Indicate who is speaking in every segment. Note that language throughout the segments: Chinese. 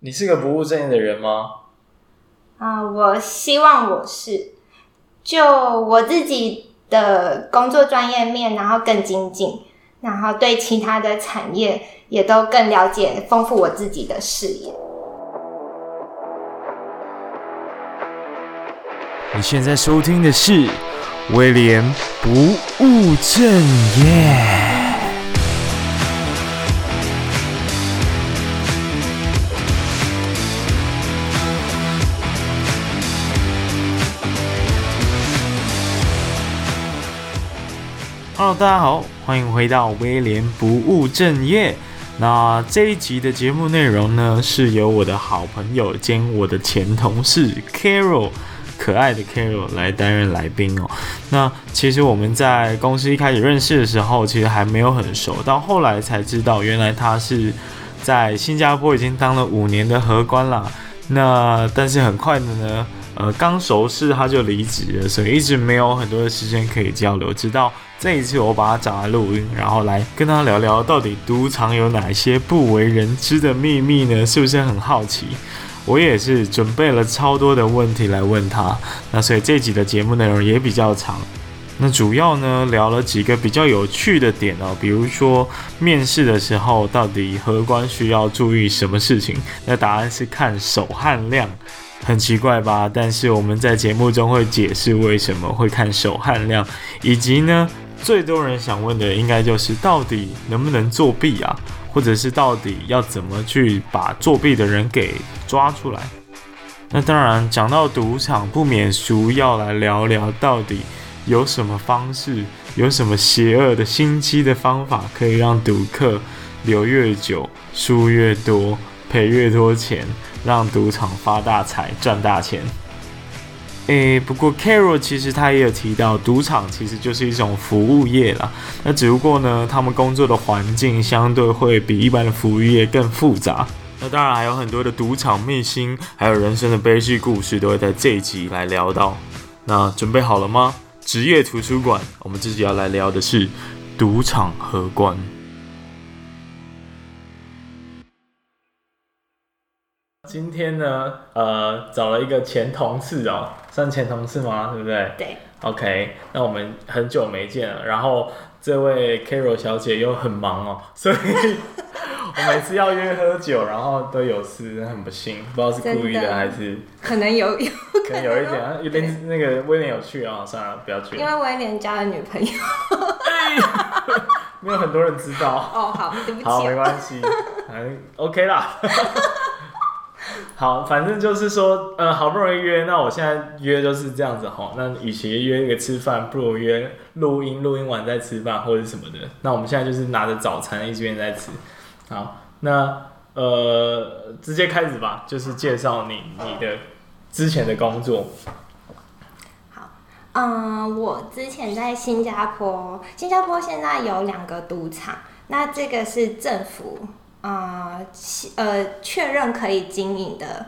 Speaker 1: 你是个不务正业的人吗？
Speaker 2: 啊、我希望我是，就我自己的工作专业面，然后更精进，然后对其他的产业也都更了解，丰富我自己的视野。
Speaker 3: 你现在收听的是威廉不务正业。Hello，大家好，欢迎回到威廉不务正业。那这一集的节目内容呢，是由我的好朋友兼我的前同事 Carol。可爱的 Carol 来担任来宾哦。那其实我们在公司一开始认识的时候，其实还没有很熟，到后来才知道，原来他是在新加坡已经当了五年的荷官啦。那但是很快的呢，呃，刚熟识他就离职了，所以一直没有很多的时间可以交流。直到这一次我把他找来录音，然后来跟他聊聊到底赌场有哪些不为人知的秘密呢？是不是很好奇？我也是准备了超多的问题来问他，那所以这集的节目内容也比较长。那主要呢聊了几个比较有趣的点哦，比如说面试的时候到底荷官需要注意什么事情？那答案是看手汗量，很奇怪吧？但是我们在节目中会解释为什么会看手汗量，以及呢最多人想问的应该就是到底能不能作弊啊？或者是到底要怎么去把作弊的人给抓出来？那当然，讲到赌场，不免俗要来聊聊到底有什么方式，有什么邪恶的心机的方法，可以让赌客留越久、输越多、赔越多钱，让赌场发大财、赚大钱。诶，不过 Carol 其实他也有提到，赌场其实就是一种服务业啦。那只不过呢，他们工作的环境相对会比一般的服务业更复杂。那当然还有很多的赌场秘辛，还有人生的悲剧故事，都会在这一集来聊到。那准备好了吗？职业图书馆，我们这集要来聊的是赌场荷官。
Speaker 1: 今天呢，呃，找了一个前同事哦，算前同事吗？对不对
Speaker 2: 对，
Speaker 1: ？OK，那我们很久没见了，然后这位 Carol 小姐又很忙哦， 所以我每次要约喝酒，然后都有事，真的很不幸，不知道是故意
Speaker 2: 真
Speaker 1: 的
Speaker 2: 的
Speaker 1: 还是
Speaker 2: 可能有有，
Speaker 1: 可能有一点啊，有点那个威廉有去啊，算了，不要去
Speaker 2: 因
Speaker 1: 了，
Speaker 2: 为威廉交了女朋友。
Speaker 1: 没有很多人知道。
Speaker 2: 哦，好，对不起
Speaker 1: 好，
Speaker 2: 哦、
Speaker 1: 没关系，反正 OK 啦。 好，反正就是说，呃，好不容易约，那我现在约就是这样子哈。那与其约一个吃饭，不如约录音，录音完再吃饭或者什么的。那我们现在就是拿着早餐一边在吃。好，那呃，直接开始吧，就是介绍你你的之前的工作。
Speaker 2: 嗯，我之前在新加坡，新加坡现在有两个赌场，那这个是政府呃其呃确认可以经营的。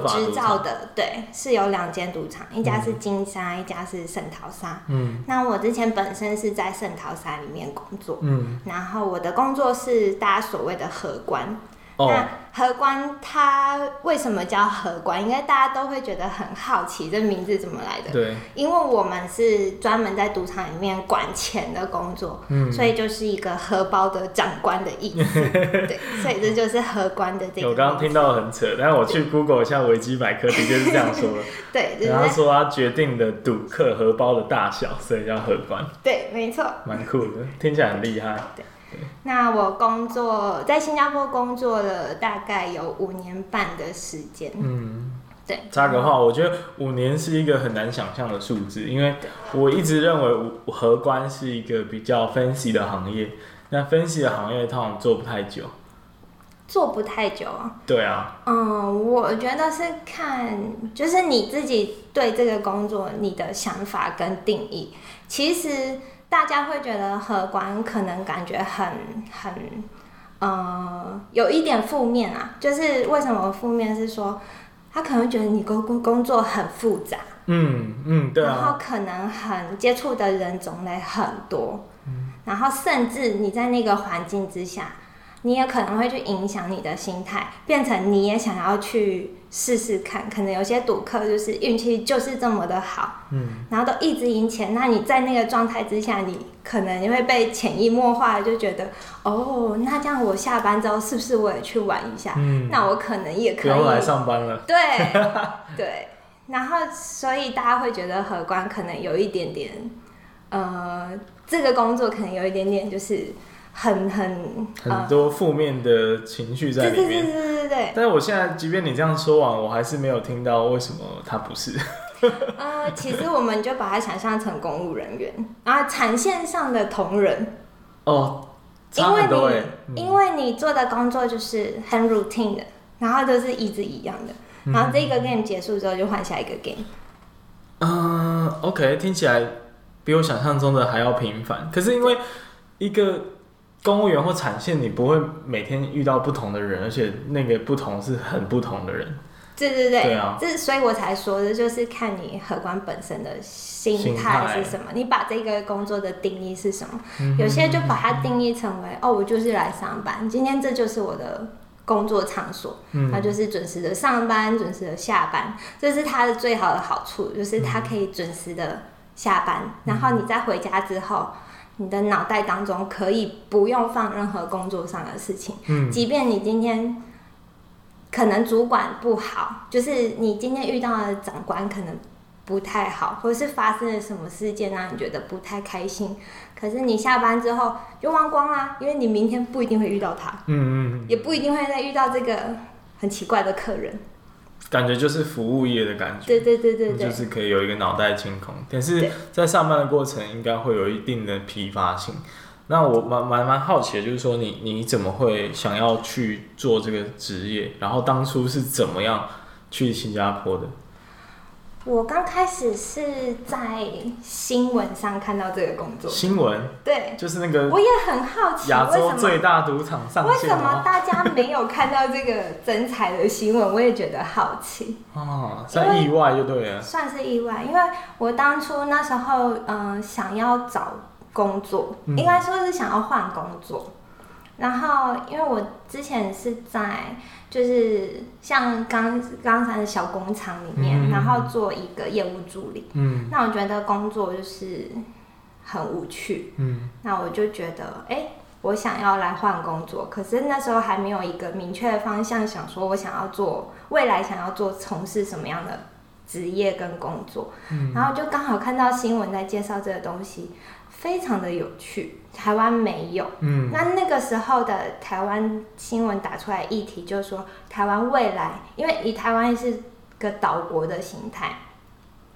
Speaker 1: 合法
Speaker 2: 执
Speaker 1: 赌
Speaker 2: 照
Speaker 1: 场
Speaker 2: 的，对，是有两间赌场，一家是金沙，一家是圣淘沙。
Speaker 1: 嗯
Speaker 2: 那我之前本身是在圣淘沙里面工作，
Speaker 1: 嗯，
Speaker 2: 然后我的工作是大家所谓的荷官。
Speaker 1: 哦
Speaker 2: 那，荷官它为什么叫荷官？应该大家都会觉得很好奇，这名字怎么来的？
Speaker 1: 对，
Speaker 2: 因为我们是专门在赌场里面管钱的工作，
Speaker 1: 嗯
Speaker 2: 所以就是一个荷包的长官的意思， 对，所以这就是荷官的这个。
Speaker 1: 我刚刚听，到很扯，但是我去 Google 一下维基百科，的确是这样说的。
Speaker 2: 对，就
Speaker 1: 然后他
Speaker 2: 是
Speaker 1: 说他决定的赌客荷包的大小，所以叫荷官，
Speaker 2: 对，没错。
Speaker 1: 蛮酷的，听起来很厉害。
Speaker 2: 那我工作在新加坡工作了大概有五年半的时间，
Speaker 1: 嗯，
Speaker 2: 对，
Speaker 1: 插个话，我觉得五年是一个很难想象的数字，因为我一直认为五荷官是一个比较分析的行业，那分析的行业通常做不太久。
Speaker 2: 做不太久啊。
Speaker 1: 对啊，
Speaker 2: 嗯，我觉得是看，就是你自己对这个工作你的想法跟定义。其实大家会觉得荷官可能感觉很很，呃，有一点负面啊。就是为什么负面是说，他可能觉得你工工工作很复杂，
Speaker 1: 嗯嗯，对
Speaker 2: 然后
Speaker 1: 啊，
Speaker 2: 可能很接触
Speaker 3: 嗯
Speaker 2: 的人种类很多，然后甚至你在那个环境之下，你也可能会去影响你的心态，变成你也想要去试试看。可能有些赌客就是运气就是这么的好，
Speaker 3: 嗯，
Speaker 2: 然后都一直赢钱，那你在那个状态之下，你可能会被潜移默化地就觉得，哦，那这样我下班之后是不是我也去玩一下？
Speaker 3: 嗯
Speaker 2: 那我可能也
Speaker 3: 不
Speaker 2: 可以
Speaker 3: 用来上班了。
Speaker 2: 对对，然后所以大家会觉得荷官可能有一点点，呃，这个工作可能有一点点就是很很
Speaker 3: 很
Speaker 2: 呃，
Speaker 3: 多负面的情绪在
Speaker 2: 对
Speaker 3: 里
Speaker 2: 对对
Speaker 3: 面。
Speaker 2: 对对对，
Speaker 3: 但是我现在，即便你这样说完，我还是没有听到为什么他不是。
Speaker 2: 呃，其实我们就把它想象成公务人员，然后产线上的同仁，
Speaker 3: 哦，
Speaker 2: 因
Speaker 3: 差
Speaker 2: 为
Speaker 3: 很
Speaker 2: 你、
Speaker 3: 多哎、
Speaker 2: 因为你做的工作就是很 routine 的，然后都是一直一样的，然后这个 game 结束之后就换下一个 game，
Speaker 3: 嗯、o k 听起来比我想象中的还要频繁。可是因为一个公务员或产线，你不会每天遇到不同的人，而且那个不同是很不同的人。
Speaker 2: 对对对，
Speaker 3: 对啊
Speaker 2: 这所以我才说的，就是看你荷官本身的心
Speaker 3: 心
Speaker 2: 态
Speaker 3: 态嗯
Speaker 2: 是什么，你把这个工作的定义是什么？有些就把它定义成为哦，我就是来上班，今天这就是我的工作场所，
Speaker 3: 嗯
Speaker 2: 他就是准时的上班，准时的下班，这是他的最好的好处，就是他可以准时的下
Speaker 3: 嗯
Speaker 2: 班，然后你再回家之后。你的脑袋当中可以不用放任何工作上的事情，
Speaker 3: 嗯
Speaker 2: 即便你今天可能主管不好，就是你今天遇到的长官可能不太好，或者是发生了什么事件让你觉得不太开心，可是你下班之后就忘光啦，因为你明天不一定会遇到他，
Speaker 3: 嗯嗯
Speaker 2: 也不一定会再遇到这个很奇怪的客人。
Speaker 3: 嗯，感觉就是服务业的感觉。
Speaker 2: 对对对对
Speaker 3: 就
Speaker 2: 对，
Speaker 3: 是可以有一个脑袋清空，但是
Speaker 2: 对
Speaker 3: 在上班的过程应该会有一定的疲乏性。那我蛮蛮蛮好奇的，就是说你你怎么会想要去做这个职业？然后当初是怎么样去新加坡的？
Speaker 2: 我刚开始是在新闻上看到这个工作，
Speaker 3: 新闻
Speaker 2: 对
Speaker 3: 就是那个
Speaker 2: 我也很好奇
Speaker 3: 亚
Speaker 2: 为
Speaker 3: 洲
Speaker 2: 什么
Speaker 3: 最大赌场上
Speaker 2: 为
Speaker 3: 线
Speaker 2: 什么
Speaker 3: 吗？
Speaker 2: 大家没有看到这个真彩的新闻？我也觉得好奇，
Speaker 3: 啊，算意外就对了。
Speaker 2: 算是意外，因为我当初那时候嗯、呃想要找工作，
Speaker 3: 嗯
Speaker 2: 应该说是想要换工作。然后，因为我之前是在就是像刚刚才的小工厂里面，
Speaker 3: 嗯
Speaker 2: 然后做一个业务助理，
Speaker 3: 嗯
Speaker 2: 那我觉得工作就是很无趣，
Speaker 3: 嗯
Speaker 2: 那我就觉得，哎、我想要来换工作，可是那时候还没有一个明确的方向，想说我想要做未来想要做从事什么样的职业跟工作，
Speaker 3: 嗯
Speaker 2: 然后就刚好看到新闻在介绍这个东西，非常的有趣，台湾没有。
Speaker 3: 嗯
Speaker 2: 那那个时候的台湾新闻打出来议题，就是说台湾未来，因为以台湾是个岛国的形态，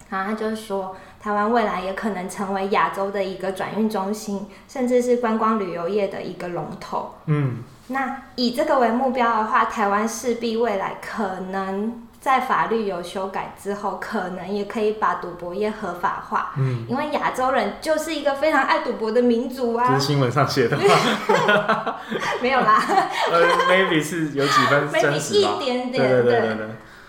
Speaker 2: 然后他就说台湾未来也可能成为亚洲的一个转运中心，甚至是观光旅游业的一个龙头。
Speaker 3: 嗯
Speaker 2: 那以这个为目标的话，台湾势必未来可能在法律有修改之后，可能也可以把赌博业合法化，
Speaker 3: 嗯，
Speaker 2: 因为亚洲人就是一个非常爱赌博的民族
Speaker 3: 这
Speaker 2: 啊
Speaker 3: 是，新闻上 写的吗？
Speaker 2: 没有啦。
Speaker 3: 呃，maybe 是有几分
Speaker 2: maybe
Speaker 3: 真实吧？
Speaker 2: 一点点对
Speaker 3: 对对对对对。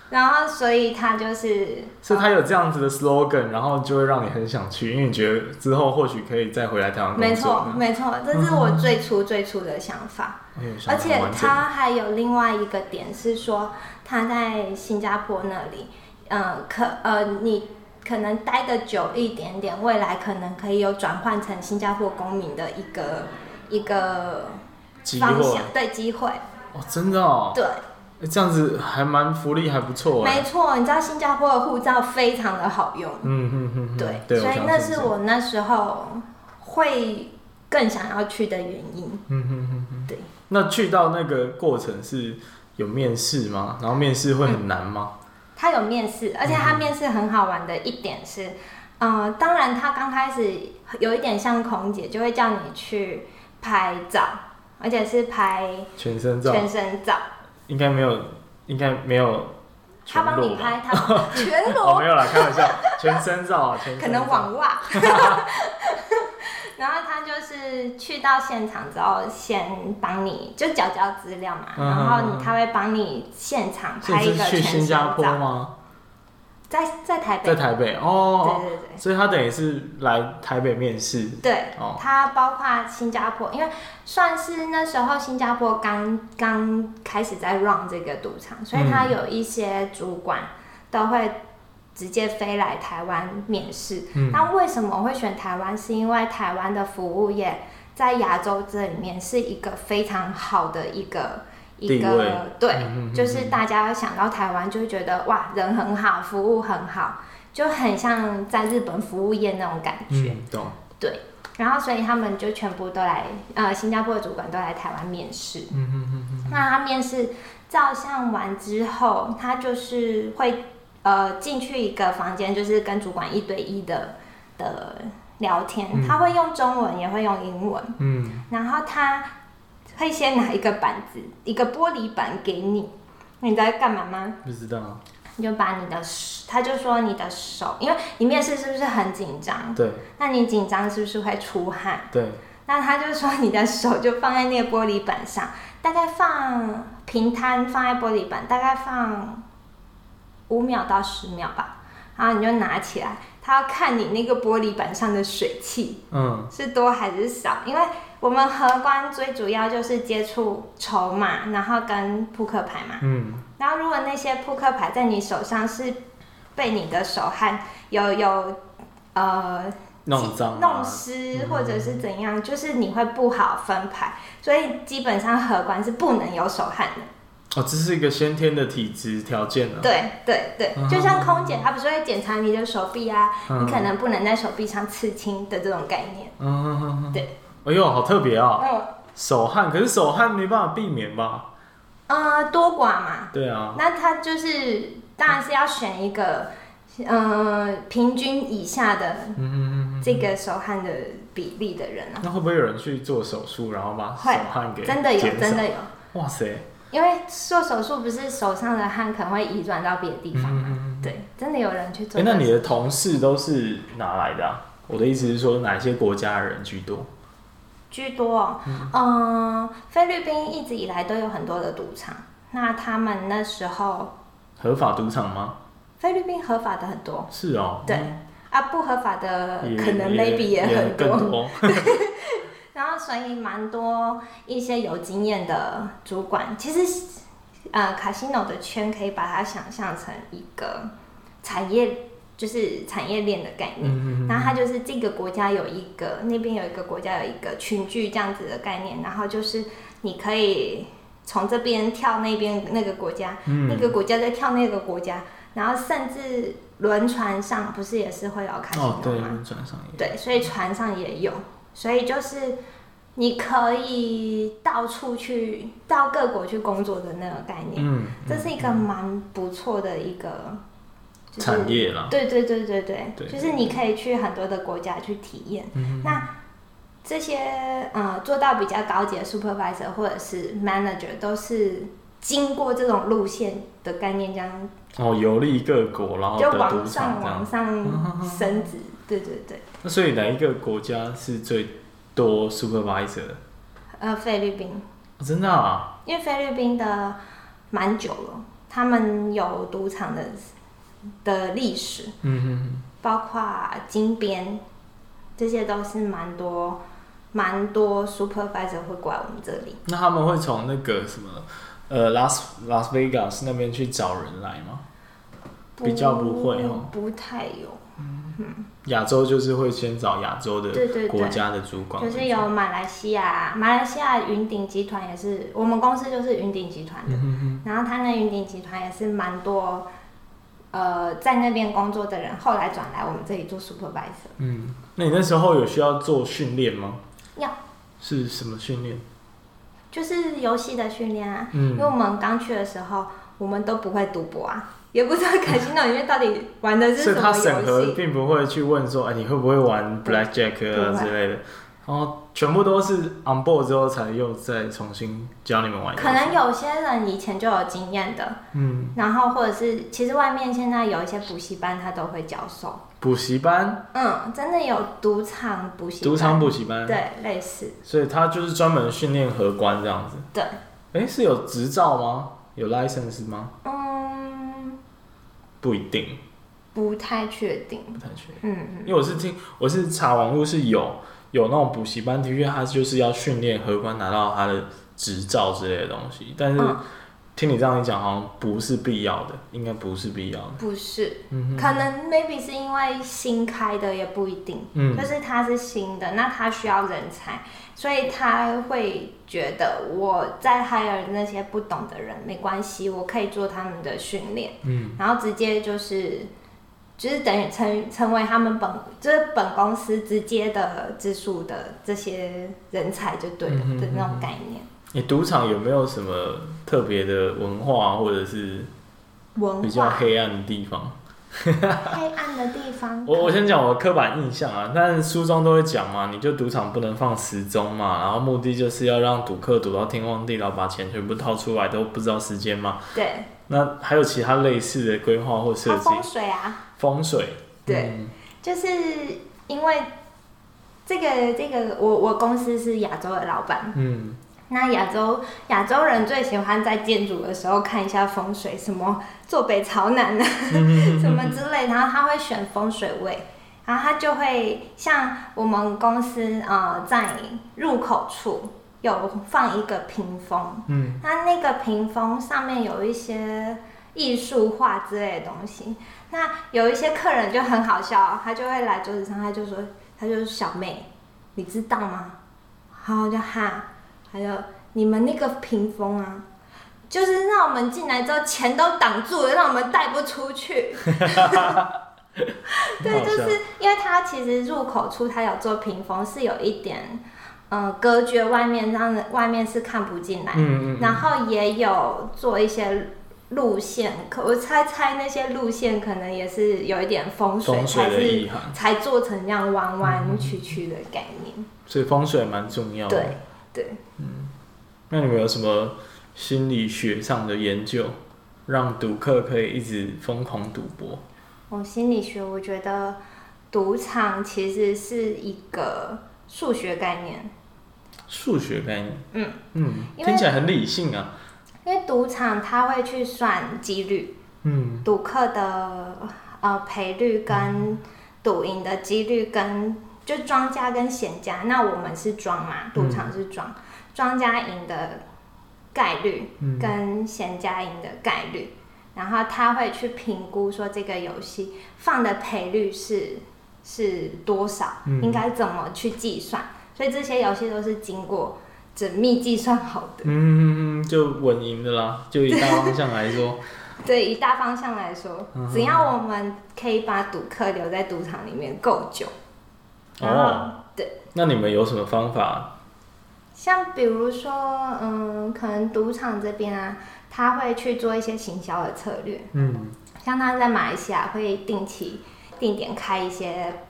Speaker 2: 然后，所以他就是，
Speaker 3: 是他有这样子的 slogan，然后就会让你很想去，因为你觉得之后或许可以再回来台湾工作。
Speaker 2: 没错，没错，这是我最初最初的想法。
Speaker 3: 哎呦，嗯想
Speaker 2: 而
Speaker 3: 得
Speaker 2: 且
Speaker 3: 很完整
Speaker 2: 他还有另外一个点是说，他在新加坡那里，呃，可呃，你可能待的久一点点，未来可能可以有转换成新加坡公民的一个一个
Speaker 3: 机会
Speaker 2: 方向，对机会，
Speaker 3: 哦，真的哦，
Speaker 2: 对，
Speaker 3: 哎这样子还蛮福利还不错哎。
Speaker 2: 没错。你知道新加坡的护照非常的好用，
Speaker 3: 嗯嗯嗯，嗯
Speaker 2: 对，
Speaker 3: 对，
Speaker 2: 所以
Speaker 3: 我
Speaker 2: 那
Speaker 3: 相信
Speaker 2: 是我那时候会更想要去的原因。
Speaker 3: 嗯嗯嗯嗯，
Speaker 2: 对。
Speaker 3: 那去到那个过程是有面试吗？然后面试会很难吗？
Speaker 2: 他有面试，而且他
Speaker 3: 嗯
Speaker 2: 面试很好玩的一点是，呃，当然他刚开始有一点像空姐，就会叫你去拍照，而且是拍
Speaker 3: 全身照
Speaker 2: 全身照，
Speaker 3: 应该没有，应该没有全
Speaker 2: 他帮
Speaker 3: 裸
Speaker 2: 你
Speaker 3: 吧。
Speaker 2: 拍他全
Speaker 3: 哦，
Speaker 2: 裸，
Speaker 3: 没有啦，开玩笑，全身照啊，全身
Speaker 2: 可能
Speaker 3: 照
Speaker 2: 网 袜。然后他就是去到现场之后，先帮你就缴交资料嘛，
Speaker 3: 嗯
Speaker 2: 然后你他会帮你现场
Speaker 3: 所以
Speaker 2: 拍一个
Speaker 3: 是去
Speaker 2: 全
Speaker 3: 新
Speaker 2: 身
Speaker 3: 加
Speaker 2: 照
Speaker 3: 坡。吗？
Speaker 2: 在在台北，
Speaker 3: 在台北哦，
Speaker 2: 对对对
Speaker 3: 所以他等于是来台北面试
Speaker 2: 对，
Speaker 3: 哦，
Speaker 2: 它包括新加坡，因为算是那时候新加坡刚刚开始在 run 这个赌场，所以它
Speaker 3: 嗯
Speaker 2: 有一些主管都会直接飞来台湾面试。
Speaker 3: 嗯
Speaker 2: 那为什么会选台湾？是因为台湾的服务业在亚洲这里面是一个非常好的一个一
Speaker 3: 地位
Speaker 2: 个对，
Speaker 3: 嗯嗯嗯
Speaker 2: 就是大家想到台湾就会觉得哇，人很好，服务很好，就很像在日本服务业那种感觉。
Speaker 3: 嗯，懂，
Speaker 2: 然后，所以他们就全部都来，呃，新加坡的主管都来台湾面试。
Speaker 3: 嗯嗯嗯
Speaker 2: 那他面试照相完之后，他就是会呃进去一个房间，就是跟主管一对一的的聊天。
Speaker 3: 嗯
Speaker 2: 他会用中文，也会用英文。
Speaker 3: 嗯
Speaker 2: 然后他会先拿一个板子，一个玻璃板给你。你在干嘛吗？
Speaker 3: 嗯，不知道，
Speaker 2: 你就把你的手，他就说你的手，因为你面试是不是很紧张？
Speaker 3: 对
Speaker 2: 那你紧张是不是会出汗？
Speaker 3: 对，
Speaker 2: 那他就说你的手就放在那个玻璃板上，大概放平摊放在玻璃板，大概放五秒到十秒吧，然后你就拿起来，他要看你那个玻璃板上的水汽
Speaker 3: 嗯
Speaker 2: 是多还是少，因为我们荷官最主要就是接触筹码，然后跟扑克牌嘛，
Speaker 3: 嗯
Speaker 2: 然后如果那些扑克牌在你手上是被你的手汗有有呃
Speaker 3: 弄脏啊
Speaker 2: 弄湿或者是怎样，就是你会不好分牌，所以基本上荷官是不能有手汗的。
Speaker 3: 哦，这是一个先天的体质条件啊，
Speaker 2: 对对对，就像空姐，她不是会检查你的手臂啊，
Speaker 3: 嗯
Speaker 2: 你可能不能在手臂上刺青的这种概念。
Speaker 3: 嗯嗯嗯嗯，
Speaker 2: 对，
Speaker 3: 哎呦，好特别啊，
Speaker 2: 嗯
Speaker 3: 手汗，可是手汗没办法避免吧？
Speaker 2: 呃，多寡嘛，
Speaker 3: 对啊，
Speaker 2: 那他就是当然是要选一个呃平均以下的
Speaker 3: 嗯嗯嗯嗯，
Speaker 2: 这个手汗的比例的人啊，
Speaker 3: 那会不会有人去做手术，然后把
Speaker 2: 会
Speaker 3: 手汗给
Speaker 2: 真的有，
Speaker 3: 减少
Speaker 2: 真的有。
Speaker 3: 哇塞，
Speaker 2: 因为做手术不是手上的汗可能会移转到别的地
Speaker 3: 嗯
Speaker 2: 方
Speaker 3: 嗯
Speaker 2: 嘛，
Speaker 3: 嗯嗯。
Speaker 2: 对，真的有人去
Speaker 3: 哎、
Speaker 2: 做。
Speaker 3: 那你的同事都是哪来的、啊？我的意思是说，哪些国家的人居多？
Speaker 2: 居多、哦，嗯、菲律宾一直以来都有很多的赌场，那他们那时候
Speaker 3: 合法赌场吗？
Speaker 2: 菲律宾合法的很多，
Speaker 3: 是哦，
Speaker 2: 对，啊不合法的
Speaker 3: 也
Speaker 2: 可能 maybe
Speaker 3: 也
Speaker 2: 很
Speaker 3: 更多。
Speaker 2: 然后所以蛮多一些有经验的主管，其实呃卡西诺的圈可以把它想象成一个产业，就是产业链的概念。
Speaker 3: 嗯嗯
Speaker 2: 然后它就是这个国家有一个，那边有一个国家有一个群聚这样子的概念，然后就是你可以从这边跳那边那个国家，那
Speaker 3: 嗯，
Speaker 2: 个国家再跳那个国家，然后甚至轮船上不是也是会有卡西
Speaker 3: 哦，对，
Speaker 2: 诺吗？
Speaker 3: 轮船上也。
Speaker 2: 对，所以船上也有，所以就是你可以到处去到各国去工作的那个概念，
Speaker 3: 嗯，
Speaker 2: 这是一个蛮不错的一个、就是、
Speaker 3: 产业啦。
Speaker 2: 对对对对对，
Speaker 3: 对
Speaker 2: 就是你可以去很多的国家去体验。
Speaker 3: 嗯
Speaker 2: 那这些呃做到比较高级的 supervisor 或者是 manager 都是经过这种路线的概念，这样
Speaker 3: 哦，游历各国，然后
Speaker 2: 就
Speaker 3: 哦的
Speaker 2: 往
Speaker 3: 赌
Speaker 2: 上
Speaker 3: 场这
Speaker 2: 往
Speaker 3: 样。嗯
Speaker 2: 上升职。对对对，
Speaker 3: 那所以哪一个国家是最多 supervisor 的？
Speaker 2: 呃，菲律宾，
Speaker 3: 哦真的啊？
Speaker 2: 因为菲律宾的蛮久了，他们有赌场的的历史，
Speaker 3: 嗯哼
Speaker 2: 包括金边，这些都是蛮多蛮多 supervisor 会过来我们这里。
Speaker 3: 哼，那他们会从那个什么，呃，拉斯拉斯维加斯那边去找人来吗？比较不会哦
Speaker 2: 不太有，
Speaker 3: 亚洲就是会先找亚洲的
Speaker 2: 对对对
Speaker 3: 国家的主管
Speaker 2: 就
Speaker 3: 为主，
Speaker 2: 是有马来西亚，马来西亚云顶集团也是我们公司就是云顶集团的，
Speaker 3: 嗯
Speaker 2: 然后他那云顶集团也是蛮多，呃，在那边工作的人后来转来我们这里做 supervisor，
Speaker 3: 嗯，那你那时候有需要做训练吗？
Speaker 2: 要
Speaker 3: 是什么训练？
Speaker 2: 就是游戏的训练啊，因为
Speaker 3: 嗯，
Speaker 2: 我们刚去的时候我们都不会赌博啊，也不知道卡西诺里面到底玩的
Speaker 3: 所
Speaker 2: 是
Speaker 3: 以
Speaker 2: 什么
Speaker 3: 他审
Speaker 2: 游
Speaker 3: 核
Speaker 2: 戏，
Speaker 3: 并不会去问说，哎，你会不会玩
Speaker 2: 不
Speaker 3: blackjack 啊
Speaker 2: 不会
Speaker 3: 之类的，然后全部都是 on board 之后才又再重新教你们玩游戏。
Speaker 2: 可能有些人以前就有经验的，
Speaker 3: 嗯，
Speaker 2: 然后或者是，其实外面现在有一些补习班，他都会教授。
Speaker 3: 补习班，
Speaker 2: 嗯，真的有赌场补习班，
Speaker 3: 赌场补习班，，
Speaker 2: 对，类似
Speaker 3: 所以他就是专门训练荷官这样子。
Speaker 2: 对，
Speaker 3: 哎，是有执照吗？有 license 吗？
Speaker 2: 嗯，
Speaker 3: 不一定，
Speaker 2: 不太确定。
Speaker 3: 不太确定，
Speaker 2: 嗯，
Speaker 3: 因为我是听我是查网络是有有那种补习班，的确他就是要训练荷官拿到他的执照之类的东西，但是
Speaker 2: 嗯
Speaker 3: 听你这样一讲，好像不是必要的，应该不是必要的。
Speaker 2: 不是，
Speaker 3: 嗯
Speaker 2: 可能 maybe 是因为新开的也不一定，
Speaker 3: 嗯
Speaker 2: 就是它是新的，那它需要人才，所以他会觉得我在 hire 那些不懂的人没关系，我可以做他们的训练，
Speaker 3: 嗯，
Speaker 2: 然后直接就是就是等于成成为他们本就是本公司直接的直属的这些人才就对了、
Speaker 3: 嗯哼
Speaker 2: 的那种
Speaker 3: 嗯哼
Speaker 2: 概念。
Speaker 3: 你赌场有没有什么特别的文化，或者是比
Speaker 2: 文
Speaker 3: 较
Speaker 2: 化
Speaker 3: 黑暗的地方？
Speaker 2: 黑暗的地方，
Speaker 3: 我我先讲我的刻板印象啊，但是书中都会讲嘛，你就赌场不能放时钟嘛，然后目的就是要让赌客赌到天荒地老，把钱全部掏出来都不知道时间嘛。
Speaker 2: 对，
Speaker 3: 那还有其他类似的规划或设
Speaker 2: 它
Speaker 3: 计，
Speaker 2: 风水啊，
Speaker 3: 风水，
Speaker 2: 对
Speaker 3: 嗯，
Speaker 2: 就是因为这个这个，我我公司是亚洲的老板，
Speaker 3: 嗯
Speaker 2: 那亚洲亚洲人最喜欢在建筑的时候看一下风水，什么坐北朝南啊，
Speaker 3: 嗯
Speaker 2: 什么之类，然后他会选风水位。然后他就会像我们公司呃，在入口处有放一个屏风，
Speaker 3: 嗯
Speaker 2: 它那个屏风上面有一些艺术画之类的东西。那有一些客人就很好笑，他就会来桌子上，他就说，他就说小妹，你知道吗？然后我就哈，还有你们那个屏风啊，就是让我们进来之后钱都挡住了，让我们带不出 去。对，
Speaker 3: 很好
Speaker 2: 就
Speaker 3: 笑
Speaker 2: 是因为它其实入口处它有做屏风，是有一点，嗯，隔绝外面，让人外面是看不进来。
Speaker 3: 嗯嗯嗯，
Speaker 2: 然后也有做一些路线，可我猜猜那些路线可能也是有一点风水，
Speaker 3: 风水
Speaker 2: 才
Speaker 3: 的
Speaker 2: 是
Speaker 3: 意涵，
Speaker 2: 才做成这样弯弯曲曲的概念。
Speaker 3: 所以风水蛮重要的。
Speaker 2: 对对，
Speaker 3: 那你们有什么心理学上的研究，让赌客可以一直疯狂赌博？
Speaker 2: 我哦心理学我觉得赌场其实是一个数学概念，
Speaker 3: 数学概念，
Speaker 2: 嗯
Speaker 3: 嗯，
Speaker 2: 因为
Speaker 3: 听起来很理性啊，
Speaker 2: 因为赌场它会去算几率，
Speaker 3: 嗯
Speaker 2: 赌客的呃赔率跟赌赢的几率跟就庄家跟闲家，那我们是庄
Speaker 3: 嗯
Speaker 2: 嘛，赌场是庄，庄家赢的概率
Speaker 3: 嗯
Speaker 2: 跟闲家赢的概率，然后他会去评估说这个游戏放的赔率是是多少，
Speaker 3: 嗯
Speaker 2: 应该怎么去计算，所以这些游戏都是经过缜密计算好的。
Speaker 3: 嗯，就稳赢的啦。就以大方向来说，
Speaker 2: 对，以大方向来说，只要我们可以把赌客留在赌场里面够久，然后、
Speaker 3: 哦，
Speaker 2: 对，
Speaker 3: 那你们有什么方法？
Speaker 2: 像比如说，嗯，可能赌场这边啊，他会去做一些行销的策略，
Speaker 3: 嗯
Speaker 2: 像他在马来西亚会定期定点开一些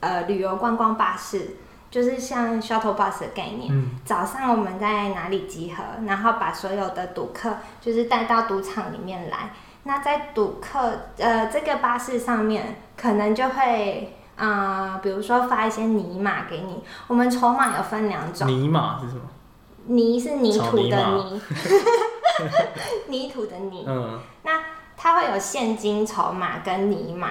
Speaker 2: 呃旅游观光巴士，就是像 shuttle bus 的概念。
Speaker 3: 嗯
Speaker 2: 早上我们在哪里集合，然后把所有的赌客就是带到赌场里面来。那在赌客呃这个巴士上面，可能就会啊、呃比如说发一些泥码给你。我们筹码有分两种，
Speaker 3: 尼玛是什么？
Speaker 2: 泥是泥
Speaker 3: 草
Speaker 2: 土
Speaker 3: 泥
Speaker 2: 的
Speaker 3: 马
Speaker 2: 泥， 泥土的泥。
Speaker 3: 嗯
Speaker 2: 那它会有现金筹码跟泥码。